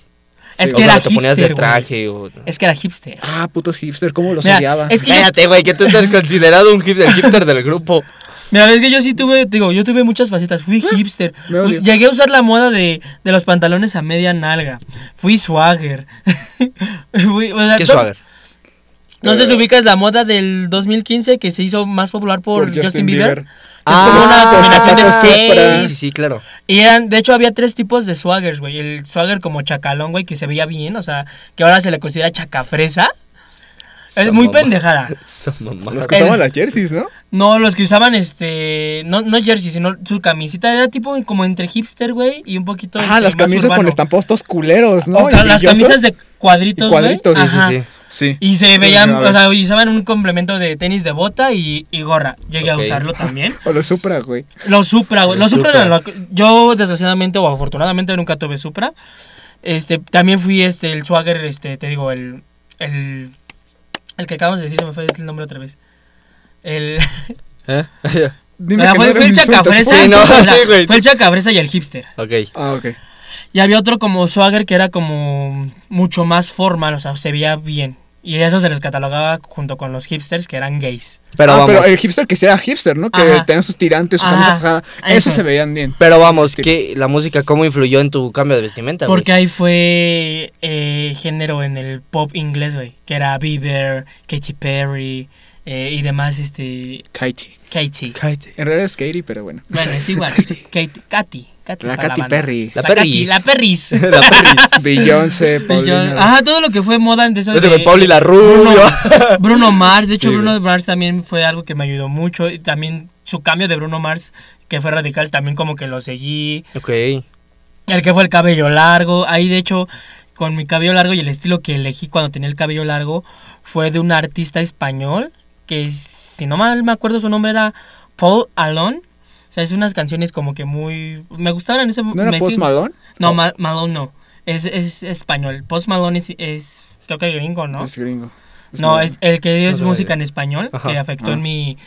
Es Sí, O que era cuando te ponías hipster, de güey. traje o... Es que era hipster. Ah, putos hipster, cómo los Mira, odiaba. es que yo- Cállate, güey, que tú estás considerado un hipster, el hipster del grupo. Mira, es que yo sí tuve, digo, yo tuve muchas facetas. Fui Ah, hipster. me odio. Llegué a usar la moda de, de los pantalones a media nalga. Fui swagger. Fui- o sea, ¿Qué to- suave? No sé si Eh, ubicas la moda del 2015 que se hizo más popular por, Justin, Bieber. que es como una Ah, combinación de zapatos skate. Sí, sí, sí, claro. Y eran, de hecho, había tres tipos de swaggers, güey. El swagger como chacalón, güey, que se veía bien, o sea, que ahora se le considera chacafresa. Es Esa muy mamá- pendejada. esa mamá. Los que El- usaban las jerseys, ¿no? No, los que usaban este. No, no jersey, sino su camisita era tipo como entre hipster, güey, y un poquito. Ah, este, las más camisas con urbano. estampados todos culeros, ¿no? O Y ca- las brillosos. camisas de cuadritos, Y güey. cuadritos, sí, Ajá. Sí, sí, Sí. Y se Sí, veían, a ver. o sea, usaban un complemento de tenis de bota y, y gorra. Llegué Ok. a usarlo también. O los Supra, güey. Los Supra, güey. Los Los Supra, Supra. eran lo que- yo desgraciadamente o afortunadamente nunca tuve Supra. Este, también fui este el Swagger, este, te digo, el el el que acabamos de decir, se me fue el nombre otra vez. El sí. ¿Eh? Dime Ah, que fue, no fue el eran insultos. chacafresa, Sí, no, o sea, sí, güey. fue el chacabresa y el hipster. ok. Ah, ok. Y había otro como Swagger que era como mucho más formal, o sea, se veía bien. Y eso se les catalogaba junto con los hipsters que eran gays. Pero Ah, vamos. pero el hipster que sea hipster, ¿no? Que Ajá. tenía sus tirantes, su Ajá, camisa fajada. Eso eso. se veían bien. Pero vamos, ¿qué, la música cómo influyó en tu cambio de vestimenta, güey? Porque ahí fue eh, género en el pop inglés, güey. Que era Bieber, Katy Perry eh, y demás, este. Katy. Katy. En realidad es Katy, pero bueno. Bueno, es igual. Katy. Katy. Katy La para Katy banda. Perry. La La, Perris. Perris. La Perris. Pues La Perris. Beyoncé, Yo- Paulina. Ah, Ajá, todo lo que fue moda de esos Ese de- fue Pauli la Bruno, Rubio. Bruno Mars, de hecho Sí, güey. Bruno Mars también fue algo que me ayudó mucho y también su cambio de Bruno Mars que fue radical también como que lo seguí. ok. El que fue el cabello largo, ahí de hecho con mi cabello largo y el estilo que elegí cuando tenía el cabello largo fue de un artista español que si no mal me acuerdo su nombre era Paul Alon. O sea, es unas canciones como que muy me gustaron en ese ¿No era me Post siguen- Malone? No, Ma- Malone no. Es, es español. Post Malone es, es creo que gringo, ¿no? Es gringo. No, es el que es No, música ya. eh, en español, Ajá. que afectó Ah. en mi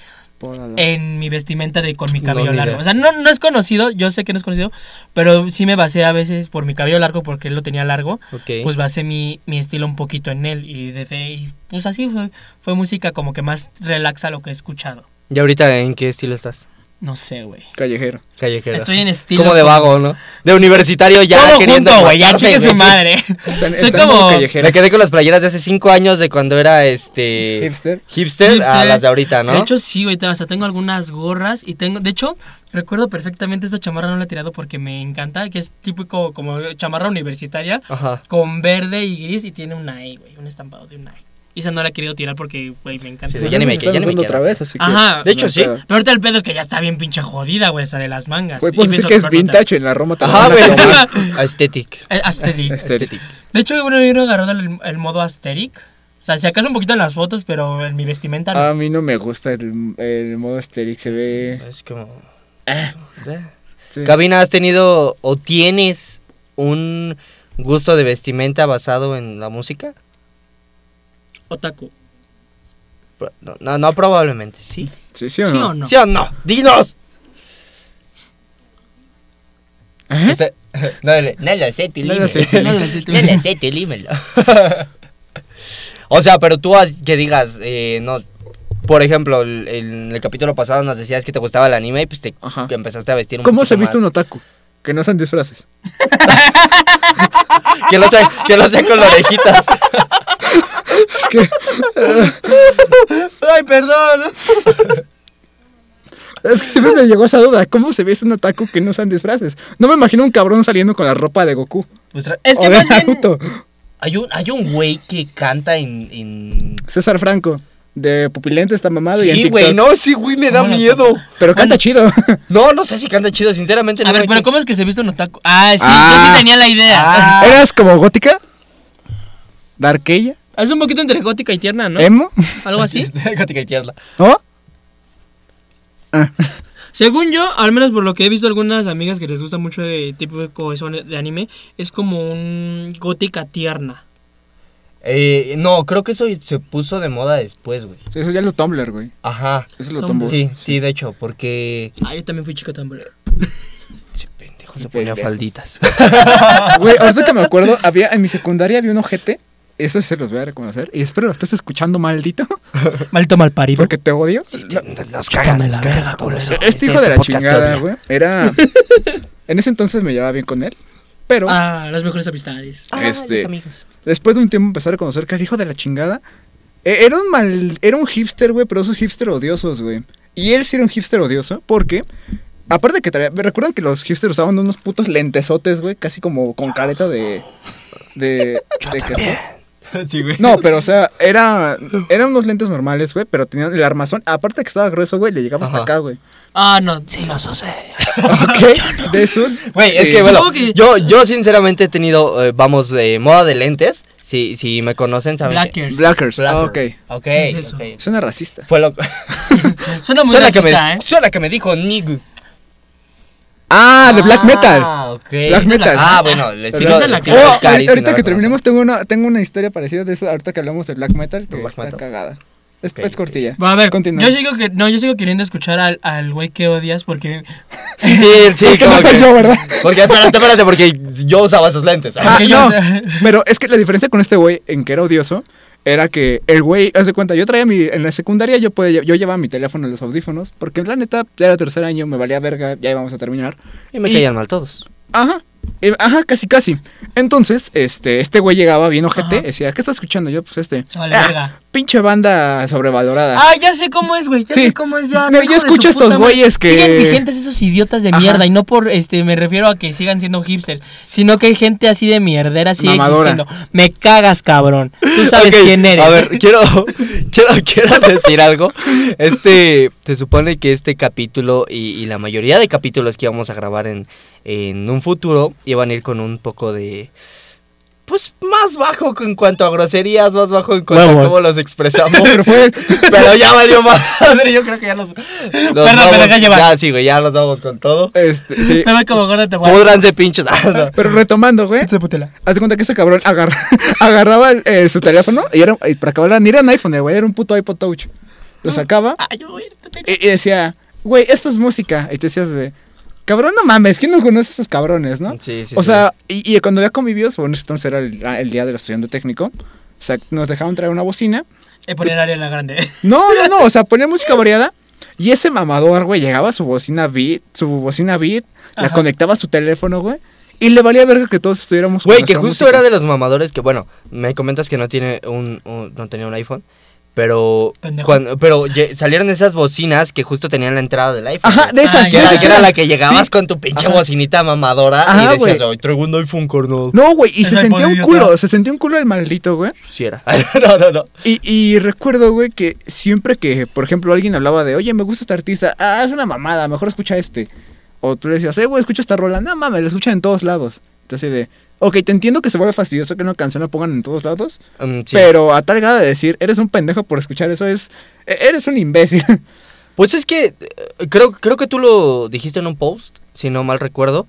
Malone. eh, en mi vestimenta de con mi No, cabello ni largo. idea. O sea, no, no es conocido, yo sé que no es conocido, pero sí me basé a veces por mi cabello largo porque él lo tenía largo, Ok. pues basé mi, mi estilo un poquito en él y, desde, y pues así fue, fue música como que más relaxa lo que he escuchado. ¿Y ahorita en qué estilo estás? No sé, güey. Callejero. Callejero. Estoy en estilo Como de vago, ¿no? De universitario ya todo queriendo junto, güey, ya matarse, chique güey, su sí. madre. Están, Soy están como- callejero. Me quedé con las playeras de hace 5 años de cuando era este Hipster. hipster, a Hipster. las de ahorita, ¿no? De hecho, sí, güey. te- O sea, tengo algunas gorras y tengo. De hecho, recuerdo perfectamente esta chamarra no la he tirado porque me encanta, que es típico como chamarra universitaria Ajá. con verde y gris y tiene una E, güey. Un estampado de una E. Y esa no la he querido tirar porque, güey, me encanta. Sí, Pero ya ni me- Entonces, ya ni están me usando queda. otra vez, así que- Ajá. De hecho, sí. Nada. ahorita el pedo es que ya está bien pinche jodida, güey, esta de las mangas. Güey, Y pues decir pienso que es comprar otra. vintage en la Roma. te la Ajá, van a Ah, güey, tomar. encima- sí. Aesthetic. Eh, Aesthetic. Aesthetic. Aesthetic. De hecho, bueno, yo agarrado el, el modo Aesthetic. O sea, si acaso un poquito en las fotos, pero en mi vestimenta no. Ah, A mí no me gusta el, el modo Asterix, se ve... Es como... Eh, sí. Cabina, ¿has tenido o tienes un gusto de vestimenta basado en la música? Otaku. Pro- No, no, no, probablemente, sí. ¿Sí, sí o ¿Sí no? o no? ¿Sí o no? ¡Dinos! ¿Eh? Usted- Este, No, le- no lo sé, tú No lo dímelo. sé, tú No dímelo. lo sé, tú dímelo. O sea, pero tú has- que digas, eh, no... Por ejemplo, el- en el capítulo pasado nos decías que te gustaba el anime y pues te Ajá. empezaste a vestir un ¿Cómo poquito se viste más. un otaku? Que no sean disfraces. Que lo sea, que lo sea con orejitas. Es que... Ay, perdón. Es que siempre me llegó esa duda. ¿Cómo se viste un otaku que no sean disfraces? No me imagino un cabrón saliendo con la ropa de Goku. Pues, Es que o de más bien- Naruto. Hay un, hay un güey que canta en. en... César Franco. De pupilente esta mamada y Ah, en Sí, TikTok. güey, no, sí, güey, me da Bueno, miedo. Pero canta Bueno. chido. No, no sé si canta chido, sinceramente. A no ver, me- pero ¿cómo es que se viste un otaku? Ah, sí, Ah. yo sí tenía la idea. Ah, ¿Eras como gótica? ¿Darkella? Es un poquito entre gótica y tierna, ¿no? ¿Emo? Algo así. Gótica y tierna. ¿No? Ah, Según yo, al menos por lo que he visto algunas amigas que les gusta mucho de tipo eso de anime, es como un gótica tierna. Eh, no, creo que eso se puso de moda después, güey. eso ya es lo Tumblr, güey. Ajá. Eso es lo Tumblr. Tumblr. Sí, sí, de hecho, porque. Ah, yo también fui chica Tumblr. Ese pendejo se ponía Pendejo. falditas. Güey, ahorita que me acuerdo, había en mi secundaria había un ojete Ese se los voy a reconocer. Y espero lo estés escuchando, maldito. Maldito malparido. Porque te odio. nos Chúpame cagas la verga, a todos. culero. este, hijo de la podcast te chingada, odia. güey. Era. en ese entonces me llevaba bien con él. Pero Ah, las mejores amistades. Ah, Este- los amigos. después de un tiempo empecé a reconocer que el hijo de la chingada. eh, Era un mal. Era un hipster, güey, pero esos hipster odiosos, güey. Y él sí era un hipster odioso, porque. Aparte de que traía. ¿Me recuerdan que los hipsters usaban unos putos lentesotes, güey? Casi como con careta de. De. de castor. Sí, güey. No, pero o sea, era, eran unos lentes normales, güey, pero tenían el armazón. Aparte que estaba grueso, güey, le llegaba hasta Ajá. acá, güey. Ah, no. Sí, los usé. Ok, de esos. Güey, es eh, que bueno, Supongo que- yo, yo sinceramente he tenido, eh, vamos, eh, moda de lentes. Si, si me conocen, saben. que- Blackers. Blackers. Ah, ok. Blackers. Ok, ¿Qué es eso? ok. Suena racista. Fue lo Suena muy suena, que me, racista, ¿eh? suena que me dijo Nig. Ah, de black metal. Ah, ok. Black metal. Ah, bueno, el estilo, metal, la estilo clave. Oh, de Caris, ahorita, ahorita no que la terminemos, tengo una, tengo una historia parecida de eso. Ahorita que hablamos de black metal, que De black está metal. cagada. Es, Ok, es ok. cortilla. Bueno, a ver, Continúa. yo sigo que no, yo sigo queriendo escuchar al al güey que odias porque conozco. Sí, sí, Porque no como soy que- yo, ¿verdad? Porque espérate, espérate, porque yo usaba esos lentes. Ah, Porque yo- no. Pero es que la diferencia con este güey en que era odioso era que el güey, haz de cuenta, yo traía mi. En la secundaria yo, podía, yo llevaba mi teléfono en los audífonos, porque en la neta ya era tercer año, me valía verga, ya íbamos a terminar. Y me y- caían mal todos. Ajá. eh, Ajá, casi, casi. Entonces, este, este güey llegaba bien ojete, Ajá. decía, ¿qué estás escuchando? Yo, pues este. Vale, "Ah, verga. pinche banda sobrevalorada. Ah, ya sé cómo es, güey. Ya Sí. sé cómo es ya. No, yo hijo de su escucho puta estos madre. güeyes que- Siguen vigentes esos idiotas de Ajá. mierda. Y no por este, me refiero a que sigan siendo hipsters, sino que hay gente así de mierdera sigue Mamadora. existiendo. Me cagas, cabrón. Tú sabes Ok, quién eres. A ver, quiero, quiero, quiero decir algo. Este, se supone que este capítulo y, y la mayoría de capítulos que íbamos a grabar en, en un futuro iban a ir con un poco de... Pues más bajo en cuanto a groserías, más bajo en cuanto Huevos. a cómo los expresamos. Oh, Pero fue él. Pero ya valió madre, yo creo que ya los, los me vamos- dejé llevar. Ya, sí, güey, ya los vamos con todo. Este, sí. Me va como gorda te voy a- Pudranse pinchos. Ah, Pero retomando, güey. Se putela. Haz de cuenta que ese cabrón agarra- agarraba el- eh, su teléfono y era, y para acabar, ni era un iPhone, eh, güey, era un puto iPod Touch. Lo sacaba Ay, Ah, yo voy a- Y, y decía, güey, esto es música. Y te decías de, cabrón, no mames, ¿quién no conoce a estos cabrones, no. no? Sí, sí, o sí. sea, y, y cuando ya convivios, bueno, ese entonces era el, ah, el día del estudiante técnico. O sea, nos dejaban traer una bocina. Eh, poner a Ariana Grande. No, no, no, o sea, ponía música variada. Y ese mamador, güey, llegaba a su bocina beat, su bocina beat, la Ajá. conectaba a su teléfono, güey. Y le valía verga que todos estuviéramos Pues Güey, con que nuestra justo música. era de los mamadores que, bueno, me comentas que no tiene un, un- no tenía un iPhone, pero Pendejo. cuando, pero ye- salieron esas bocinas que justo tenían la entrada del iPhone. Ajá, güey. de esa. Ah, que ya. era, que era la que llegabas Sí. con tu pinche Ajá. bocinita mamadora Ajá, y decías, güey. "Ay, traigo un iPhone, carnal. No, güey, y Es se el sentía un bolillo, culo, claro. se sentía un culo el maldito, güey. Sí era. no, no, no. Y, y recuerdo, güey, que siempre que, por ejemplo, alguien hablaba de, oye, me gusta este artista, ah, es una mamada, mejor escucha este. O tú le decías, eh, güey, escucha esta rola, no mames, la escuchan en todos lados. Entonces, de, ok, te entiendo que se vuelve fastidioso que una canción la pongan en todos lados, Mm, sí. pero a tal grado de decir, eres un pendejo por escuchar eso, es, e- eres un imbécil. Pues es que eh, creo, creo que tú lo dijiste en un post, si no mal recuerdo,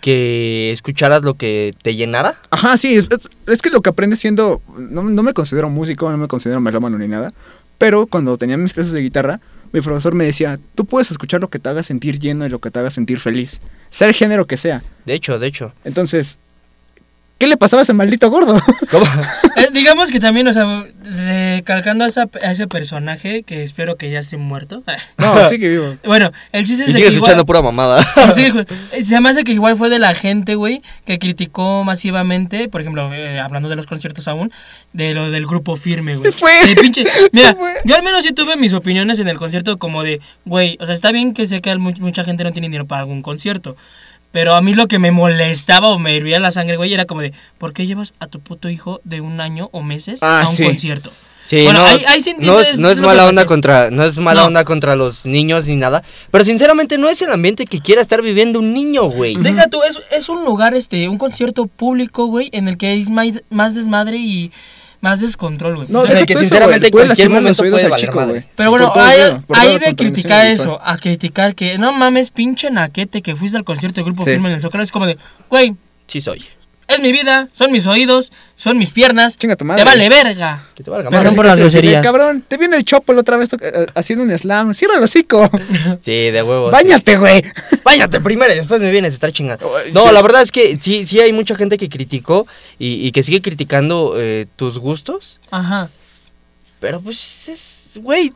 que escucharas lo que te llenara. Ajá, sí, es, es- es que lo que aprendes siendo, no, no me considero músico, no me considero melómano ni nada, pero cuando tenía mis clases de guitarra, mi profesor me decía, tú puedes escuchar lo que te haga sentir lleno y lo que te haga sentir feliz, sea el género que sea. De hecho, de hecho. Entonces, ¿qué le pasaba a ese maldito gordo? ¿Cómo? Eh, digamos que también, o sea, recalcando a, esa- a ese personaje que espero que ya esté muerto. No, sí que vivo. Bueno, el chiste es Y de sigue que igual- escuchando pura mamada. Sí, güey. Eh, se me hace que igual fue de la gente, güey, que criticó masivamente, por ejemplo, eh, hablando de los conciertos aún, de lo del grupo firme, güey. Se fue. De pinche- mira, Se fue. yo al menos sí tuve mis opiniones en el concierto como de, güey, o sea, está bien que sé que al- mu- mucha gente no tiene dinero para algún concierto. Pero a mí lo que me molestaba o me hervía la sangre, güey, era como de, ¿por qué llevas a tu puto hijo de un año o meses Ah, a un sí. concierto? Sí, Bueno, no, ahí- ahí sí no es, entiendes no es lo que mala pasé. onda contra no es mala No. onda contra los niños ni nada, pero sinceramente no es el ambiente que quiera estar viviendo un niño, güey. Deja tú, es, es un lugar, este, un concierto público, güey, en el que es más, más desmadre y más descontrol, güey. O No, sea, deja que tú eso, sinceramente güey, en puedes cualquier lastimar los momento oídos puede al valer madre. güey. Pero Por bueno, todo hay, dedo, por hay toda la de contaminación criticar visual. eso, a criticar que no mames, pinche naquete que fuiste al concierto del grupo Sí. firme en el Zócalo. Es como de, güey, Sí soy. Es mi vida, son mis oídos, son mis piernas. Chinga tu madre. Te vale verga. Que te valga Perdón madre. Así por que las se- se- groserías. Cabrón, te viene el chopo la otra vez toca- eh, haciendo un slam. Cierra el hocico. Sí, de huevos. Báñate, güey. Báñate primero y después me vienes a estar chingando. Ay, No, yo- la verdad es que sí, sí hay mucha gente que criticó y, y que sigue criticando eh, tus gustos. Ajá. Pero pues es, güey,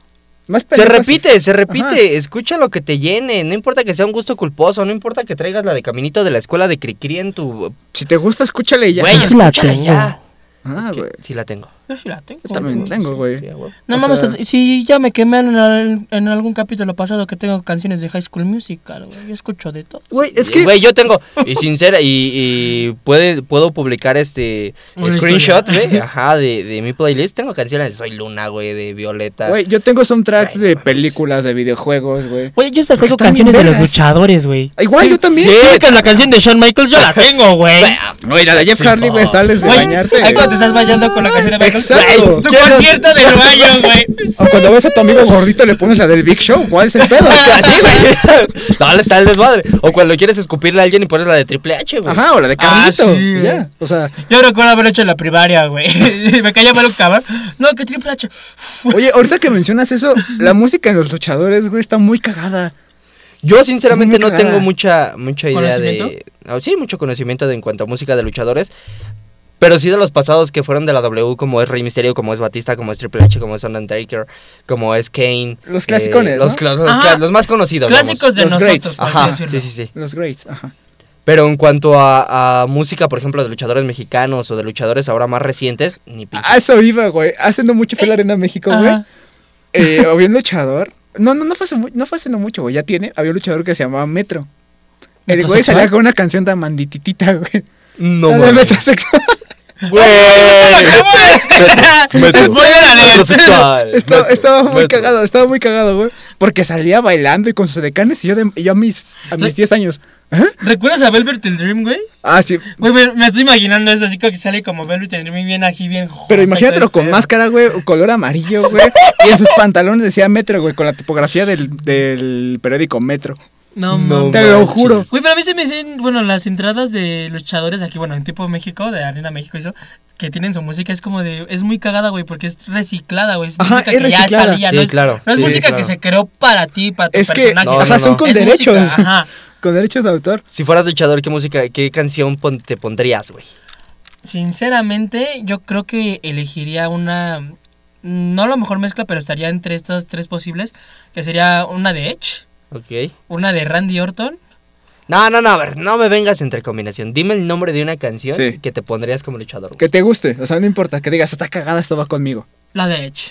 Más se pues, pendejos. repite, se repite, escucha lo que te llene, no importa que sea un gusto culposo, no importa que traigas la de caminito de la escuela de Cricri en tu... Si te gusta, escúchale ya. Güey, Sí la escúchala tengo. ya. Ah, Que- güey. sí la tengo. Yo sí la tengo. Yo también güey. tengo, güey. Sí, a huevo. No O mames, sea- si ya me quemé en, al- en algún capítulo pasado que tengo canciones de High School Musical, güey. Yo escucho de todo. Güey, es Y, que. Güey, yo tengo. Y sincera, y, y puede, puedo publicar este Una screenshot, historia. güey. Ajá, de, de mi playlist. Tengo canciones de Soy Luna, güey, de Violeta. Güey, yo tengo soundtracks Ay, de mames. películas, de videojuegos, güey. Güey, yo hasta Porque tengo están bien canciones de los vergas. luchadores, güey. Ah, Igual Sí. yo también. Sí. que la canción de Shawn Michaels eh, yo la tengo, güey. Ah, Güey, la de Jeff Hardy, güey, sales de Güey, bañarte. ahí cuando te estás bañando con la canción de Michaels. Exacto. Güey, tu Quiero- concierto del baño, güey. O cuando ves a tu amigo gordito le pones la del Big Show. ¿Cuál es el pedo? Así, güey. No, le está el desmadre. O cuando quieres escupirle a alguien y pones la de Triple H, güey. Ajá, o la de Ah, Carlito. sí, y ya. O sea, Yo recuerdo haberlo hecho en la primaria, güey. me caía mal un cabrón. No, que triple H. oye, ahorita que mencionas eso, la música en los luchadores, güey, está muy cagada. Yo, sinceramente, no Nunca. tengo mucha, mucha idea de. ¿Conocimiento? Ah, sí, mucho conocimiento de, en cuanto a música de luchadores. Pero sí de los pasados que fueron de la W, como es Rey Misterio, como es Batista, como es Triple H, como es Undertaker, como es Kane. eh, Los clasicones, los, ¿no? cla- los Ajá. cla- los más conocidos. vamos. Clásicos de los nosotros, greats. por así Ajá, decirlo. sí, sí, sí. Los greats, ajá. Pero en cuanto a, a música, por ejemplo, de luchadores mexicanos o de luchadores ahora más recientes, ni pinche. A eso iba, güey. Haciendo mucho fue la Arena México, güey. Eh, Ajá. Eh, había un luchador. No, no, no fue, hace mu- no fue hace no mucho, güey. Ya tiene. Había un luchador que se llamaba Metro. El güey ¿Metrosexual? salía con una canción de mandititita, güey. No la de mames. metrosexual. Eh, Güey. Metro. Spoiler alert. Metrosexual. Estaba, Ah, Metro. estaba muy Metro. cagado, estaba muy cagado, güey. Porque salía bailando y con sus decanes y yo, de, y yo a mis, a mis Re- 10 años. ¿Recuerdas a Velvet el Dream, güey? Ah, sí. Güey, me, me estoy imaginando eso, así como que sale como Velvet el Dream bien aquí, bien Pero imagínatelo con máscara, güey, color amarillo, güey. Y en sus pantalones decía Metro, güey, con la tipografía del, del periódico Metro. No, No mames. Te lo juro. Güey, pero a mí se me dicen, bueno, las entradas de luchadores aquí, bueno, en tipo México, de Arena México y eso, que tienen su música, es como de, es muy cagada, güey, porque es reciclada, güey, es Ajá, música es que ya reciclada. salía, Sí, no es, claro. no es Sí, música claro. que se creó para ti, para tu Es que, personaje. No, ajá, no, son no. con Es derechos. música, ajá. Con derechos de autor. Si fueras luchador, ¿qué música, qué canción pon- te pondrías, güey? Sinceramente, yo creo que elegiría una, no la mejor mezcla, pero estaría entre estas tres posibles, que sería una de Edge, Ok. una de Randy Orton, No, no, no, a ver, no me vengas entre combinación. Dime el nombre de una canción Sí. que te pondrías como luchador. güey. Que te guste, o sea, no importa, que digas, está cagada, esto va conmigo. la de Edge.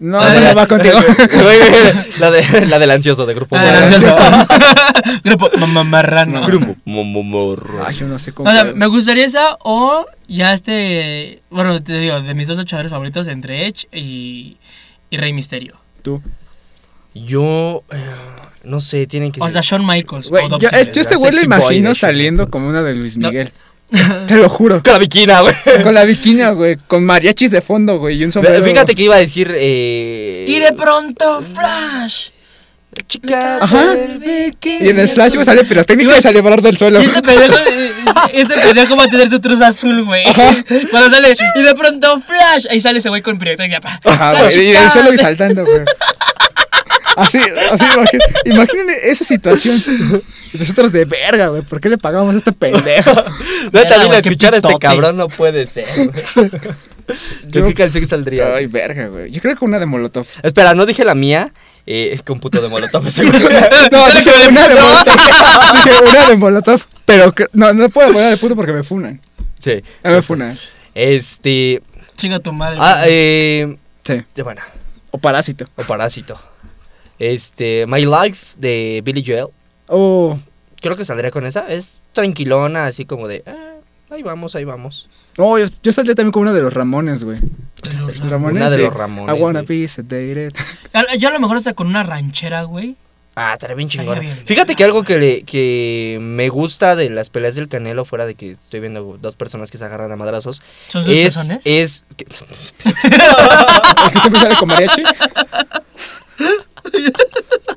No, La de no la- va contigo. Güey, güey, la, de, Pues la del ansioso de grupo. Ah, Bueno, Marrano. gracias. entonces- Grupo Mamá Marrano. No. Grupo Momomorro. Ay, yo no sé cómo. O sea, fue. me gustaría esa o ya este. Bueno, te digo, de mis dos luchadores favoritos entre Edge y, y Rey Misterio. Tú. Yo. eh, no sé, tienen que. O sea, Shawn Michaels. Güey, yo, o Dolph es- yo la Ziggler. este güey lo sexy boy imagino de saliendo Shawn Michaels. como una de Luis No. Miguel. Te lo juro. Con la viquina, güey. Con la bikini, güey. Con mariachis de fondo, güey. Y un sombrero. Fíjate que iba a decir. Eh, Y de pronto, Flash. Chica. Ajá. Y en el flash, güey, sale pirotécnica y sale volar del suelo. Y este pendejo, eh, este pendejo va a tener su cruz azul, güey. Cuando sale, y de pronto, Flash. Ahí sale ese güey con proyecto de Ajá, güey. Y del suelo y saltando, güey. Así, así, imagín- imaginen esa situación. Y nosotros de verga, güey. ¿Por qué le pagamos a este pendejo? No, también Verga, a qué escuchar a este pitote. cabrón no puede ser. güey. ¿De Yo- qué canción saldría? Ay, verga, güey. Yo creo que una de Molotov. Espera, no dije la mía. Eh, es que un puto de molotov. ese güey. No, dije una de Molotov. Dije una de Molotov. Pero que- no, no puedo poner de puto porque me funan. Sí. Ah, me funan. Este. Chinga tu madre. Ah, güey. eh. Sí. de- Bueno, O parásito. o Parásito. Este. My Life de Billy Joel. O. Creo que saldría con esa. Es tranquilona, así como de. "Ah, ahí vamos, ahí vamos. No, yo, yo saldría también con una de los Ramones, güey. Los Los Ramones. Una de sí. los Ramones, I wanna güey. be sedated. ra- Yo a lo mejor hasta con una ranchera, güey. Ah, estaría bien Estaría chingona. bien Fíjate verga, que algo güey. que, le, que me gusta de las peleas del Canelo, fuera de que estoy viendo dos personas que se agarran a madrazos, Son sus es. eh, personas. Es. que- El que siempre sale con mariachi.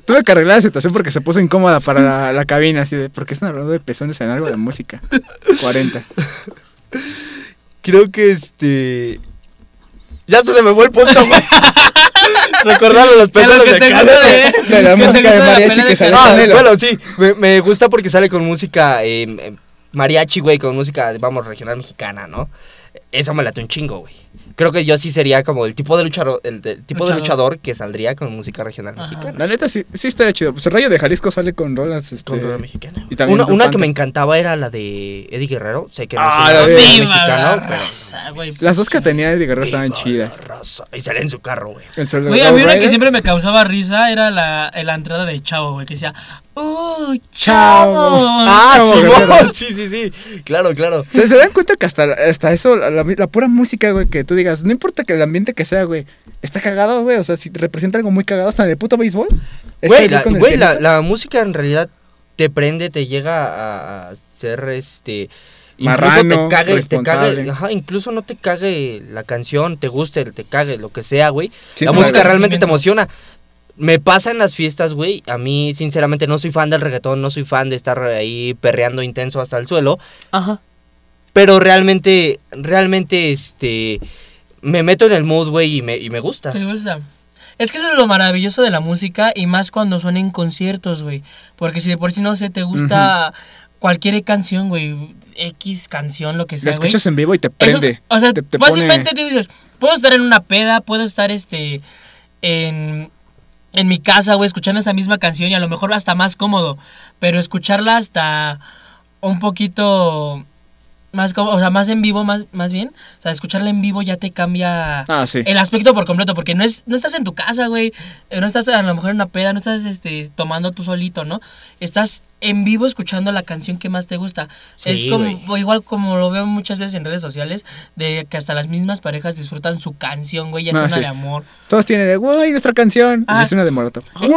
Tuve que arreglar la situación porque se puso incómoda para la, la cabina, así de, porque están hablando de pezones en algo de música? 40. creo que este. Ya hasta se me fue el punto, güey. Recordarlo a las De lo personas que de te acá. gusta de- De la que te música de gusta la mariachi pelea que sale. Ah, Ah, Canelo. bueno, sí, me, me gusta porque sale con música eh, eh, mariachi, güey, con música, vamos, regional mexicana, ¿no? Esa me late un chingo, güey. Creo que yo sí sería como el tipo de luchador, el, de- tipo de Luchador. luchador que saldría con música regional Ajá. mexicana. La neta sí, sí estaría chido. Pues el Rayo de Jalisco sale con rolas. Este... Con rola mexicana. Y también una Grupo una que Panther. me encantaba era la de Eddie Guerrero, sé que no Ah, es una la de- rola Viva la mexicana, pero raza, güey. Las dos que tenía de Guerrero estaban Viva chidas. la raza. Y sale en su carro, güey. El Sol de Güey, los a mí una que Riders. siempre me causaba risa era la, eh, la entrada de Chavo, güey, que decía, ¡Uh, Chavo! Ah, Chavo sí, Guerrero. sí, sí, sí. Claro, claro. O sea, ¿Se dan cuenta que hasta, hasta eso, la, la- la pura música, güey, que tú digas, no importa que el ambiente que sea, güey, está cagado, güey, o sea, si te representa algo muy cagado, hasta en el puto béisbol. está Güey, ahí la, con el güey, la- pianista. la música en realidad te prende, te llega a, a ser este. Marrano, incluso te cague, te cague, responsable. ajá, incluso no te cague la canción, te guste, te cague, lo que sea, güey. Sí, la claro. música realmente te Sentimiento. emociona. Me pasa en las fiestas, güey. A mí, sinceramente, no soy fan del reggaetón, no soy fan de estar ahí perreando intenso hasta el suelo. Ajá. Pero realmente, realmente, este. Me meto en el mood, güey, y me, y me gusta. ¿Te gusta? Es que eso es lo maravilloso de la música y más cuando son en conciertos, güey. Porque si de por sí no sé, te gusta cualquier canción, güey, X canción, lo que La sea, güey. escuchas en vivo y te Eso- prende. o sea, te, te básicamente pone- tú dices, puedo estar en una peda, puedo estar este en, en mi casa, güey, escuchando esa misma canción y a lo mejor hasta más cómodo, pero escucharla hasta un poquito más cómodo, o sea, más en vivo, más, más bien, o sea, escucharla en vivo ya te cambia Ah, sí. el aspecto por completo, porque no es no estás en tu casa, güey, eh, no estás a lo mejor en una peda, no estás este, tomando tú solito, ¿no? Estás en vivo escuchando la canción que más te gusta. Sí, es como güey. o igual como lo veo muchas veces en redes sociales, de que hasta las mismas parejas disfrutan su canción, güey, ya sea Ah, una sí. de amor. Todos tienen de, güey, nuestra canción. Ah. Y es una de Molotov. Güey,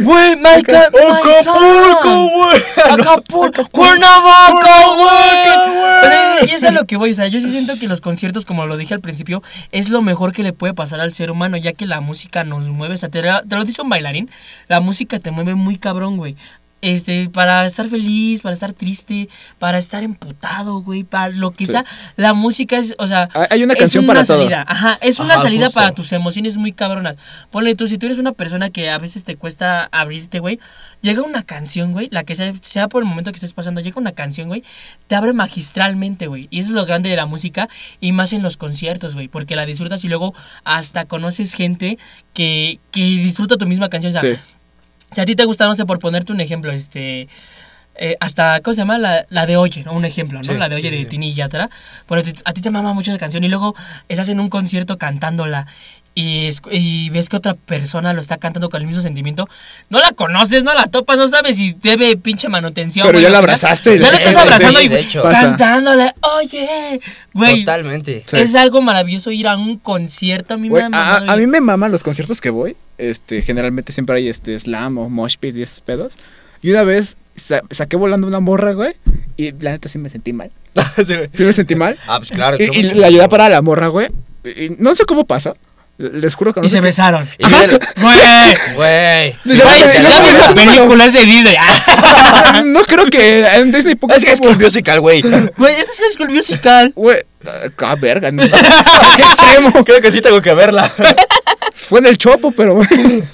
my God, my Acapulco, son. güey. Acapulco, Cuernavaca, güey. Pero es- Y es a lo que voy, o sea, yo sí siento que los conciertos, como lo dije al principio, es lo mejor que le puede pasar al ser humano, ya que la música nos mueve, o sea, te, te lo dice un bailarín, la música te mueve muy cabrón, güey. Este, para estar feliz, para estar triste, para estar emputado, güey, para lo que Sí. sea, la música es, o sea, Hay- hay una es canción para todo. salida, Ajá, es una Ajá, salida justo. para tus emociones muy cabronas. Ponle tú, si tú eres una persona que a veces te cuesta abrirte, güey, llega una canción, güey, la que sea, sea por el momento que estés pasando, llega una canción, güey, te abre magistralmente, güey. Y eso es lo grande de la música y más en los conciertos, güey, porque la disfrutas y luego hasta conoces gente que, que disfruta tu misma canción. O sea, Sí. si a ti te gusta, no sé, por ponerte un ejemplo, este. eh, hasta, ¿cómo se llama? La, la de Oye, ¿no? Un ejemplo, ¿no? Sí, la de sí, Oye sí, de sí. Tini Yatra. Pero a ti- a ti te mama mucho esa canción y luego estás en un concierto cantándola y, escu- y ves que otra persona lo está cantando con el mismo sentimiento. No la conoces, no la topas, no sabes si debe pinche manutención. Pero güey, ya lo la que sea. abrazaste y Ya la la estás Sí, abrazando sí, y de hecho. Pasa. cantándola. Oye, güey. Totalmente. Sí. Es algo maravilloso ir a un concierto. A mí Güey, me ha a, mamado a ir. mí me maman los conciertos que voy. Este, generalmente siempre hay este slam o mosh pit y esos pedos. Y una vez sa- saqué volando una morra, güey. Y la neta sí me sentí mal. Ah, Sí, güey. Sí me sentí mal. Ah, pues claro. Y, ¿cómo y no? la ayudé para la morra, güey. Y- y no sé cómo pasó. Les juro que no Y sé se qué- besaron. Y mira- Güey. Güey. Ya Güey, te- ya ya vi te- esa película, es de Disney. No creo que en Disney poco Es que es tiempo- School Musical, güey. Güey, ese es High School Musical. Güey, ah, verga, no. Qué extremo. Creo que sí tengo que verla. Fue en el chopo, pero bueno.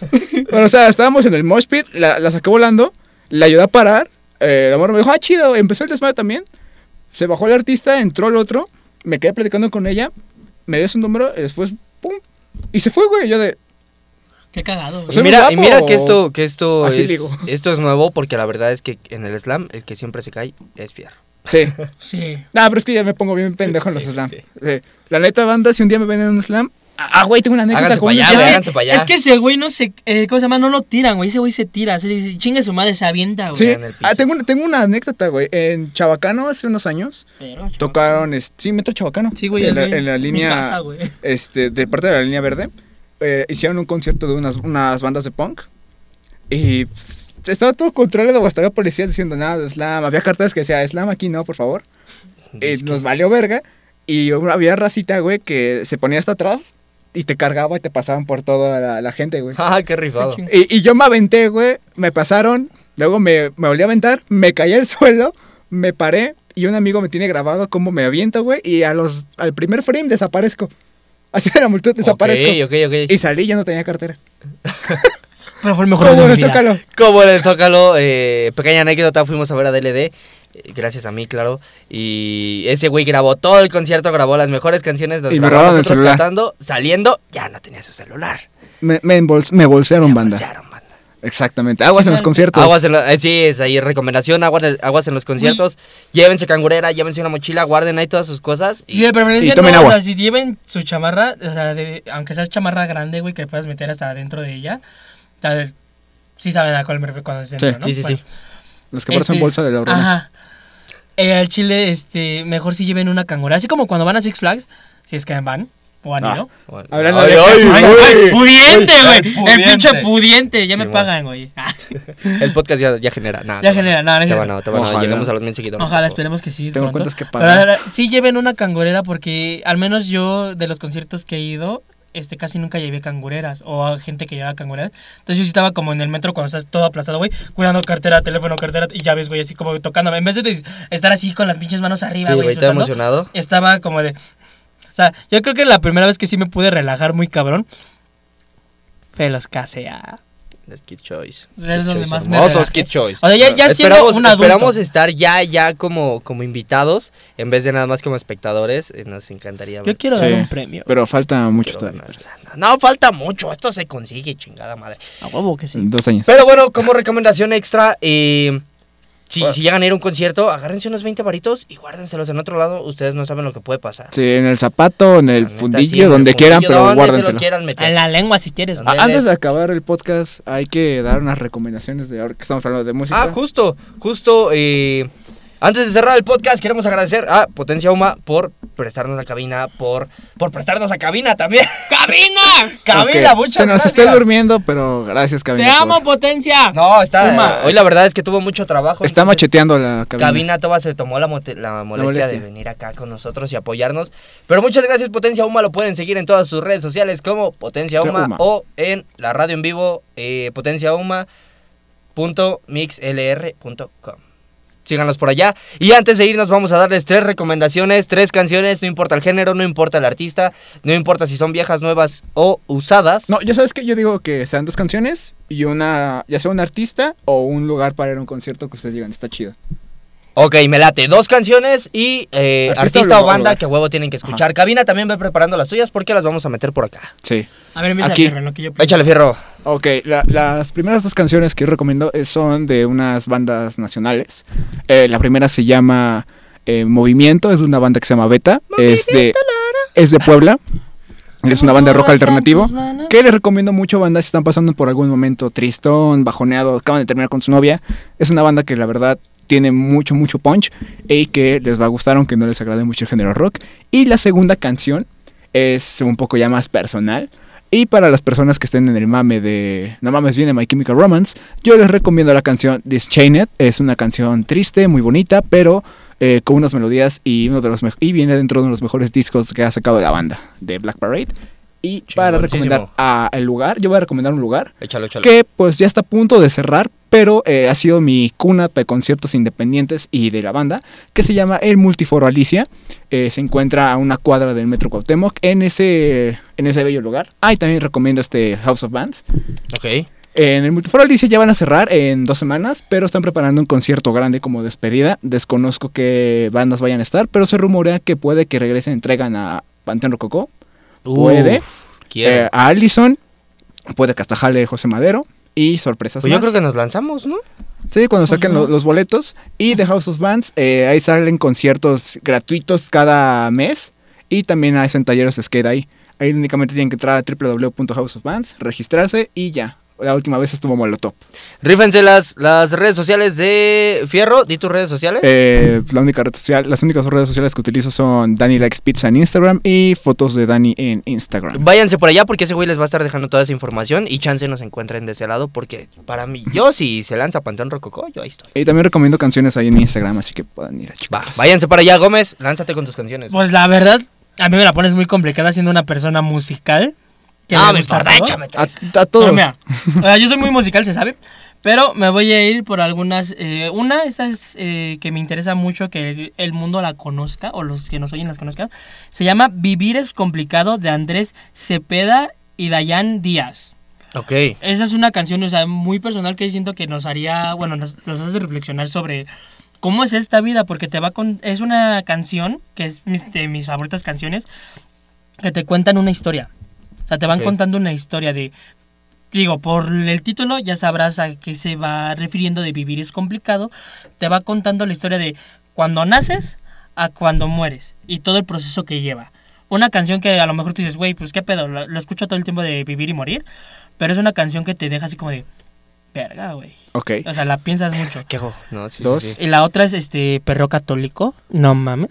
Bueno, o sea, estábamos en el mosh pit, la, la sacó volando, la ayudé a parar, eh, el amor me dijo, ah, chido, empezó el desmadre también, se bajó el artista, entró el otro, me quedé platicando con ella, me dio su número, y después, pum, y se fue, güey, yo de, Qué cagado, güey. Y ¿Soy mira, guapo y mira o- que esto, que esto Así es, digo. esto es nuevo porque la verdad es que en el slam el que siempre se cae es fierro. sí. Sí. Nah, pero es que ya me pongo bien pendejo en los Sí, slams. sí. Sí. La neta, banda, si un día me ven en un slam, ah, güey, tengo una anécdota Háganse con pa' un allá, slam. güey, Es háganse pa' que, allá. es que ese güey no se. eh, ¿Cómo se llama? No lo tiran, güey. Ese güey se tira. Se dice, chingue su madre, se avienta, güey. Sí, en el piso. ah, tengo, una- tengo una anécdota, güey. En Chabacano, hace unos años, Pero, chaval. tocaron, este, sí, Metro Chabacano. Sí, güey. en, ya la, sé. en la Mi línea, casa, güey. este, de parte de la línea verde, eh, hicieron un concierto de unas, unas bandas de punk. Y pues, estaba todo controlado, hasta había policías diciendo nada de slam. Había cartas que decía, slam aquí no, por favor. Eh, Es que- nos valió verga. Y había racita, güey, que se ponía hasta atrás y te cargaba y te pasaban por toda la, la gente, güey. Ah, qué rifado. Qué Y, y yo me aventé, güey. Me pasaron. Luego me, me volví a aventar. Me caí al suelo. Me paré. y un amigo me tiene grabado cómo me aviento, güey, y a los, al primer frame desaparezco. Así de la multitud desaparezco. Ok, ok, ok. Y salí y ya no tenía cartera. Pero fue el mejor ¿Cómo de en mi el vida. Zócalo? Como en el Zócalo, eh, pequeña anécdota, fuimos a ver a DLD, eh, gracias a mí, claro. Y ese güey grabó todo el concierto, grabó las mejores canciones. nos Y me grabó a robaron el nosotros celular. cantando, saliendo, ya no tenía su celular. Me, me, embols- me bolsearon Me banda. bolsearon, banda. Exactamente. Aguas en los Aguas- conciertos. Aguas en los, eh, sí, es ahí recomendación, aguas en, aguas en los conciertos. Llévense cangurera, llévense una mochila, guarden ahí todas sus cosas. Y Y, de preferencia Y tomen no, agua. o sea, si lleven su chamarra, o sea, de- aunque sea chamarra grande, güey, que puedas meter hasta adentro de ella. O sea, de- sí saben a cuál me refiero cuando se Sí, entra, ¿no? sí, sí, sí. Los que parecen Este, bolsa de la horror. Ajá. Eh, al chile, este, mejor si lleven una cangura. Así como cuando van a Six Flags, si es que van o han Ah. ido. Bueno, Hablando ay, de ay, Jesús, ay, güey. ¡Pudiente, el güey! El, pudiente. pinche pudiente. Ya me Sí, pagan, güey. Ah, El podcast ya, ya genera. nada. Ya genera, no, no te es van, a- te van a- Ojalá. Llegamos a los mil seguidores. Ojalá, por favor. esperemos que sí. Tengo pronto. cuentas que Pero pagar. ahora, sí lleven una cangurera porque al menos yo de los conciertos que he ido, este, casi nunca llevé cangureras o a gente que llevaba cangureras. Entonces yo sí estaba como en el metro cuando estás todo aplastado, güey, cuidando cartera, teléfono, cartera y llaves, güey, así como tocándome. En vez de estar así con las pinches manos arriba, Sí, güey, güey, todo disfrutando, emocionado. estaba como de... O sea, yo creo que la primera vez que sí me pude relajar muy cabrón fue los KCA. Los Kid Choice. Es donde Choice más me hermosos relajé. Kid Choice. O sea, ya, ya siendo esperamos, un adulto. esperamos estar ya, ya como, como invitados, en vez de nada más como espectadores. Eh, Nos encantaría Yo ver- quiero Sí. dar un premio. Pero falta mucho quiero todavía. ganar lana. No, falta mucho. Esto se consigue, chingada madre. A huevo que sí. Dos años. Pero bueno, como recomendación extra, eh, si, si llegan a ir a un concierto, agárrense unos 20 varitos y guárdenselos en otro lado. Ustedes no saben lo que puede pasar. Sí, en el zapato, en el La neta, sí, fundillo, en el donde quieran, fundillo, pero donde se guárdenselo. lo quieran meter. A la lengua si quieres. Donde Ah, Antes les- de acabar el podcast, hay que dar unas recomendaciones de ahora que estamos hablando de música. Ah, justo, justo. eh, antes de cerrar el podcast, queremos agradecer a Potencia Uma por prestarnos la cabina, por, por prestarnos a cabina también. ¡Cabina! cabina, Ok, muchas Se nos gracias. esté durmiendo, pero gracias, cabina. pues. ¡Te por- amo, potencia! No, está. Uma. Hoy la verdad es que tuvo mucho trabajo. Está entonces, macheteando la cabina. Cabina Toba se tomó la, mote- la molestia molestia. de venir acá con nosotros y apoyarnos. Pero muchas gracias, Potencia Uma. Lo pueden seguir en todas sus redes sociales como Potencia Potencia Uma Uma. o en la radio en vivo eh, potenciauma.mixlr.com. Síganos por allá. Y antes de irnos, vamos a darles tres recomendaciones, tres canciones. No importa el género, no importa el artista, no importa si son viejas, nuevas o usadas. No, yo sabes que yo digo que sean dos canciones y una, ya sea un artista o un lugar para ir a un concierto que ustedes digan, está chido. Ok, me late. Dos canciones y eh, Artista artista o lugar, banda lugar. que a huevo tienen que escuchar. Cabina también ve preparando las suyas porque las vamos a meter por acá. Sí. A ver, empieza Aquí. Aquí. lo que yo pienso. Échale fierro. Ok, la- las primeras dos canciones que yo recomiendo eh, son de unas bandas nacionales. Eh, la primera se llama eh, Movimiento, es de una banda que se llama Beta. Es de, es de Puebla. Es una banda de rock alternativo. Que les recomiendo mucho, bandas si están pasando por algún momento tristón, bajoneado, acaban de terminar con su novia. Es una banda que la verdad tiene mucho, mucho punch y que les va a gustar aunque no les agrade mucho el género rock. Y la segunda canción es un poco ya más personal. Y para las personas que estén en el mame de No mames viene My Chemical Romance, yo les recomiendo la canción Dischained. Es una canción triste, muy bonita, pero eh, con unas melodías y uno de los mej- y viene dentro de uno de los mejores discos que ha sacado la banda de Black Parade. Y para recomendar a el lugar, yo voy a recomendar un lugar Échalo, échalo. que pues ya está a punto de cerrar, pero eh, ha sido mi cuna de conciertos independientes y de la banda, que se llama El Multiforo Alicia. Eh, se encuentra a una cuadra del Metro Cuauhtémoc en ese, en ese bello lugar. Ah, y también recomiendo este House of Bands. Ok. En el Multiforo Alicia ya van a cerrar en dos semanas, pero están preparando un concierto grande como despedida. Desconozco qué bandas vayan a estar, pero se rumorea que puede que regresen, entregan a Panteón Rococó, Puede. Uf, quiero. eh, a Allison, puede que hasta jale José Madero y sorpresas pues yo más. creo que nos lanzamos, ¿no? Sí, cuando Pues saquen no. lo- los boletos. Y The House of Bands, eh, ahí salen conciertos gratuitos cada mes. Y también hacen talleres de skate ahí. Ahí únicamente tienen que entrar a www.houseofbands, registrarse y ya. La última vez estuvo Molotov. Rífense las, las redes sociales de Fierro. Di tus redes sociales. Eh, la única red social, las únicas redes sociales que utilizo son Dani Likes Pizza en Instagram y fotos de Dani en Instagram. Váyanse por allá porque ese güey les va a estar dejando toda esa información y chance nos encuentren de ese lado porque para mí, yo si se lanza Panteón Rococó, yo ahí estoy. Y también recomiendo canciones ahí en Instagram, así que puedan ir a Va, checarlas. váyanse para allá, Gómez. Lánzate con tus canciones. Pues la verdad, a mí me la pones muy complicada siendo una persona musical. que Ah, le me gusta pues importa, todo. Ah. échame tres. A, a No, todos. mira, o sea, yo soy muy musical, se sabe. Pero me voy a ir por algunas. eh, una, esta es eh, que me interesa mucho que el, el mundo la conozca, o los que nos oyen las conozcan. Se llama Vivir es complicado de Andrés Cepeda y Dayan Díaz. Ok. Esa es una canción, o sea, muy personal que siento que nos haría, bueno, nos, nos hace reflexionar sobre cómo es esta vida, porque te va con, es una canción que es mis- de mis favoritas canciones que te cuentan una historia. O sea, te van Ok. contando una historia de, digo, por el título ya sabrás a qué se va refiriendo de vivir es complicado. Te va contando la historia de cuando naces a cuando mueres y todo el proceso que lleva. Una canción que a lo mejor tú dices, güey, pues qué pedo, lo, lo escucho todo el tiempo de vivir y morir, pero es una canción que te deja así como de, verga, güey. Ok. Eh, O sea, la piensas mucho. ¿Qué hago? No, sí, sí, Dos. sí. Y la otra es este perro católico. No mames.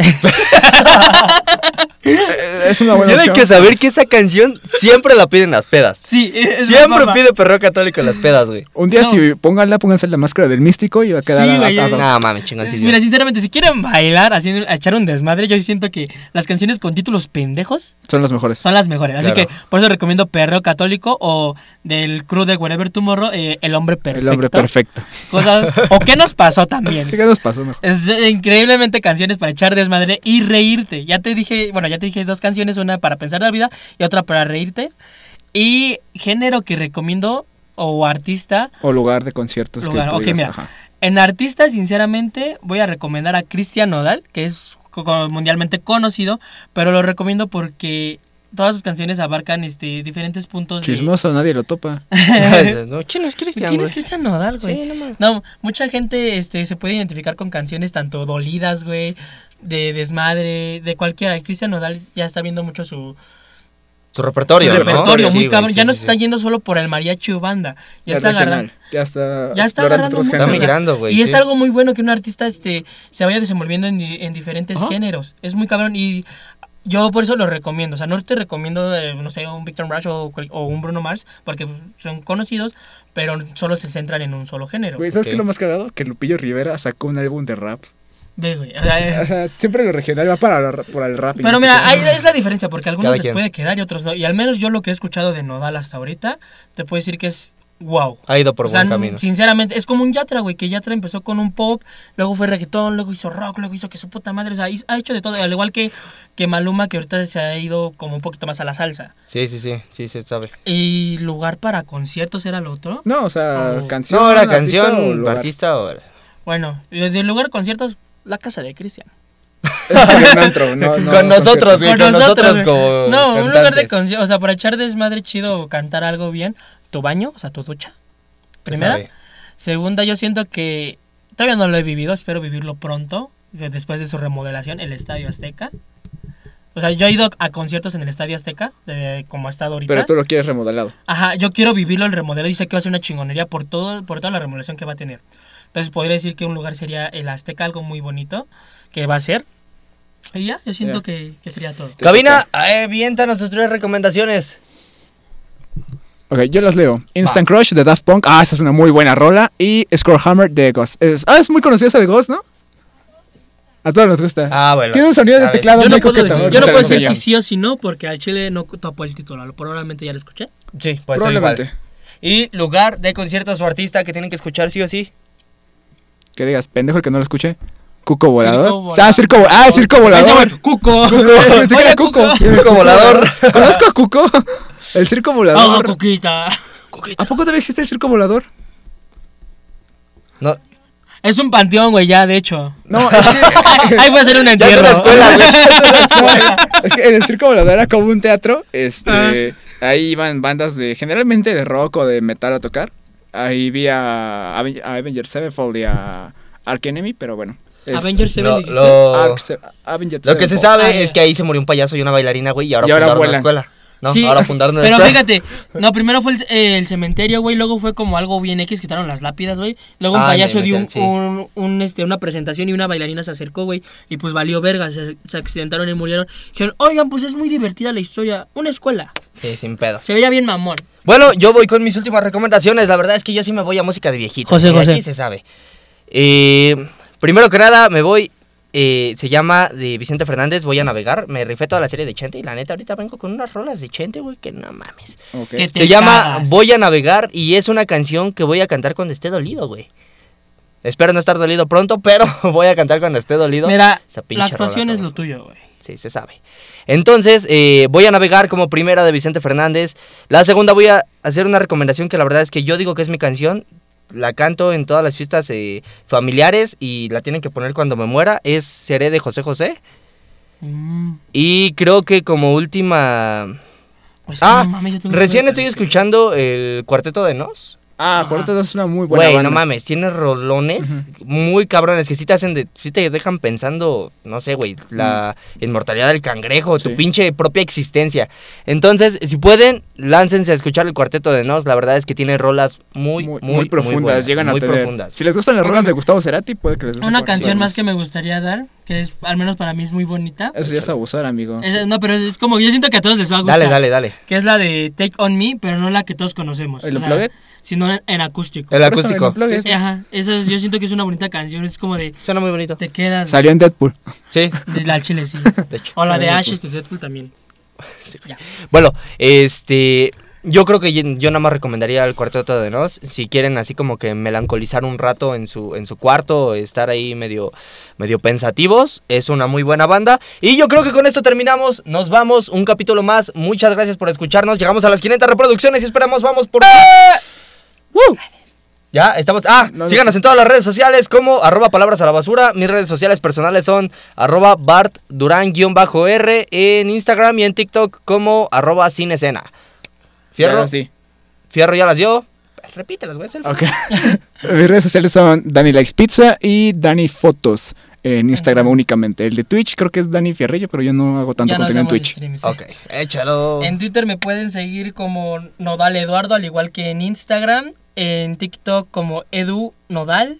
Eh, Es una buena Tienen opción. que saber que esa canción siempre la piden las pedas. Sí, es- es Siempre broma. pide perro católico en las pedas, güey. Un día No. si pónganla, pónganse la máscara del místico y va a quedar Sí, güey, atado. No. Nada, mames, chingoncísimo. Mira, sinceramente, si quieren bailar, haciendo, echar un desmadre, yo siento que las canciones con títulos pendejos Son los mejores. son las mejores. Así Claro. que por eso recomiendo Perro Católico o del crew de Wherever Tomorrow, eh, El Hombre Perfecto. El hombre perfecto. Cosas- o ¿Qué nos pasó también? ¿Qué nos pasó mejor? Es eh, increíblemente canciones para echar desmadre y reírte. Ya te dije, bueno, ya te dije dos canciones, una para pensar la vida y otra para reírte. Y género que recomiendo o artista, O lugar de conciertos. Lugar, que tú ok, digas, mira. ajá. en artista sinceramente voy a recomendar a Cristian Nodal, que es co- co- mundialmente conocido, pero lo recomiendo porque todas sus canciones abarcan este diferentes puntos de- Chismoso, nadie lo topa. no, ¿quién es Cristian? ¿Quién es güey? Cristian Nodal, güey? Sí, no mames. No, mucha gente este, se puede identificar con canciones tanto dolidas, güey, de desmadre, de cualquiera. Cristian Nodal ya está viendo mucho su, Su repertorio, su ¿no? repertorio, Sí, muy güey, cabrón. sí, ya sí, no sí. se está yendo solo por el mariachi o banda. Ya El está regional, agarrando. Ya está. Ya está explorando agarrando otros mucho. Está géneros. migrando, güey. Y es sí. algo muy bueno que un artista este, se vaya desenvolviendo en, di- en diferentes géneros. Es muy cabrón y yo por eso lo recomiendo. O sea, no te recomiendo, eh, no sé, un Victor Rush o, cual- o un Bruno Mars, porque son conocidos, pero solo se centran en un solo género. Güey, Ok. ¿sabes qué es lo más cagado? Que Lupillo Rivera sacó un álbum de rap. Ve, güey, o sea, eh, O sea, siempre lo regional va para, la- para el rap. y Pero no sé mira, qué. ahí es la diferencia, porque a algunos Cada les quien. puede quedar y otros no. Y al menos yo lo que he escuchado de Nodal hasta ahorita, te puedo decir que es wow. Ha ido por o sea, buen n- camino. sinceramente, es como un Yatra, güey, que Yatra empezó con un pop, luego fue reggaetón, luego hizo rock, luego hizo que su puta madre, o sea, hizo- ha hecho de todo, al igual que, que Maluma, que ahorita se ha ido como un poquito más a la salsa. Sí, sí, sí, sí, se sabe. Y lugar para conciertos era lo otro. No, o sea, Oh. canción. No, era artista o canción, lugar. artista o... Bueno, de de lugar conciertos, la casa de Cristian. Eso sería un antro, no- no Con nosotros, concierto. güey, con nosotros güey. como No, un lugar de cantantes. conciertos, o sea, para echar desmadre chido o cantar algo bien, tu baño, o sea, tu ducha. Primera. sabe. Segunda, yo siento que todavía no lo he vivido, espero vivirlo pronto, que después de su remodelación, el Estadio Azteca. O sea, yo he ido a conciertos en el Estadio Azteca, de- como ha estado ahorita. Pero tú lo quieres remodelado. Ajá, yo quiero vivirlo el remodelo y sé que va a ser una chingonería por todo por toda la remodelación que va a tener. Entonces podría decir que un lugar sería el Azteca, algo muy bonito que va a ser. Y ya, yo siento Ya. que, que sería todo. Te Cabina, aviéntanos tus tres recomendaciones. Ok, yo los leo. Instant Crush de Daft Punk. Ah, esa es una muy buena rola. Y Scorehammer de Ghost. Es- ah, es muy conocida esa de Ghost, ¿no? A todos nos gusta. Ah, bueno. Tiene un sonido de sabes. teclado. Yo muy no puedo coqueto, decir, ahorita yo no te puedo lo decir enseño. si sí o si no porque al Chile no topo el título, probablemente ya lo escuché. Sí, puede pues, ser igual. Probablemente. Y lugar de conciertos o artista que tienen que escuchar sí o sí. Que digas, pendejo el que no lo escuché. Cuco volador. Circo Ah, circo, vo- ah, circo volador. Ese, güey, Cuco. Pensé que Oye, era Cuco. Cuco volador. ¿Conozco a Cuco? El circo Ah, volador. Cuquita. ¿A poco todavía existe el circo volador? No. Es un panteón, güey, ya de hecho. No, es que. Ahí fue a hacer un Ya es entierro. una escuela, güey. es que en el Circo Volador era como un teatro. Este, ahí iban bandas de generalmente de rock o de metal a tocar. Ahí vi a, Aven- a Avengers Sevenfold y a Ark Enemy, pero bueno. es- Avengers Seven- Lo, dijiste? lo, Ark Se- Avengers lo que se Sevenfold. sabe Ah, ya. es que ahí se murió un payaso y una bailarina, güey, y ahora Y ahora fundaron una vuelan. escuela. No, Sí, ahora fundaron una Pero escuela. fíjate, no, primero fue el, el cementerio, güey, luego fue como algo bien X, quitaron las lápidas, güey. Luego un Ah, payaso me dio un, metí, sí. un- un, este, una presentación y una bailarina se acercó, güey, y pues valió verga, se, se accidentaron y murieron. Dijeron, oigan, pues es muy divertida la historia, una escuela, Sí, sin pedo. se veía bien mamón. Bueno, yo voy con mis últimas recomendaciones. La verdad es que yo sí me voy a música de viejito. José, Mira, José. Aquí se sabe. Eh, primero que nada, me voy eh, se llama de Vicente Fernández, Voy a Navegar. Me rifé toda la serie de Chente y la neta, ahorita vengo con unas rolas de Chente, güey, que no mames. Ok. ¿Qué te Se llama cagas. Voy a Navegar y es una canción que voy a cantar cuando esté dolido, güey. Espero no estar dolido pronto, pero voy a cantar cuando esté dolido. Mira, Esa pinche la actuación rola es también. lo tuyo, güey. Sí, se sabe. Entonces, eh, voy a navegar como primera de Vicente Fernández. La segunda voy a hacer una recomendación que la verdad es que yo digo que es mi canción. La canto en todas las fiestas eh, familiares y la tienen que poner cuando me muera. Es Seré de José José. Mm, Y creo que como última... pues, Ah, no mames, yo tengo Recién que- estoy escuchando el Cuarteto de Nos. Ah, Ajá. Cuarteto es una muy buena Güey, banda. no mames, tiene rolones muy cabrones que sí te hacen de, sí te dejan pensando, no sé, güey, la inmortalidad del cangrejo, tu Sí. pinche propia existencia. Entonces, si pueden, láncense a escuchar el cuarteto de Nos, la verdad es que tiene rolas muy muy muy profundas, buenas, llegan muy a tener. profundas. Si les gustan las rolas de Gustavo Cerati, puede que les guste. Una Cuarteto canción de más que Nos. me gustaría dar, que es, al menos para mí es muy bonita. Eso ya es abusar, amigo. Es- no, pero es como, yo siento que a todos les va a gustar. Dale, dale, dale. Que es la de Take On Me, pero no la que todos conocemos. ¿El O sea, Unplugged? Sino en, en acústico. El Por eso, acústico. Unplugged. Sí, Ajá, eso es- yo siento que es una bonita canción, es como de, Suena muy bonito. te quedas Salió en Deadpool. Sí, de la chile, sí. de hecho. O la de Salió Ashes de Deadpool también. Bueno, este. Yo creo que yo, yo nada más recomendaría el cuarteto de Nos. Si quieren así como que melancolizar un rato en su, en su cuarto, estar ahí medio, medio pensativos, es una muy buena banda. Y yo creo que con esto terminamos. Nos vamos, un capítulo más. Muchas gracias por escucharnos. Llegamos a las 500 reproducciones y esperamos, vamos por... ¡Woo! Ya, estamos... Ah, No, no. síganos en todas las redes sociales como arroba palabras a la basura. Mis redes sociales personales son arroba Bart Durán-R en Instagram y en TikTok como arroba sin escena. Fierro, Claro, sí. Fierro ya las dio. Repítelas, güey. es el- Ok. Mis redes sociales son Dani Likes Pizza y Dani Fotos en Instagram únicamente. El de Twitch creo que es Dani Fierrillo, pero yo no hago tanto Ya no contenido en hacemos Twitch. streams, sí. Ok, échalo. En Twitter me pueden seguir como Nodal Eduardo, al igual que en Instagram, en TikTok como Edu Nodal.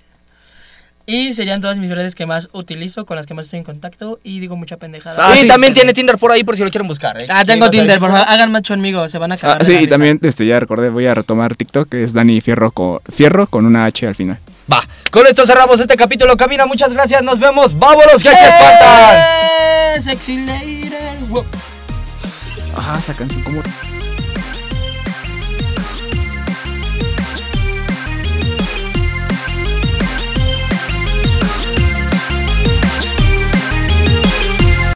Y serían todas mis redes que más utilizo, con las que más estoy en contacto y digo mucha pendejada. Ah, Ah, y sí. también tiene Tinder por ahí por si lo quieren buscar. ¿eh? Ah, Sí, tengo no sé. Tinder, por favor, hagan macho conmigo, se van a Ah, cagar. de sí, la y risa. también este, ya recordé, voy a retomar TikTok, que es Dani Fierro con, Fierro con una H al final. Va, con esto cerramos este capítulo. Cabina, muchas gracias. Nos vemos. Vámonos, que aquí espantan. Eh, Sexy Lady, wow. Ah, esa canción, ¿cómo?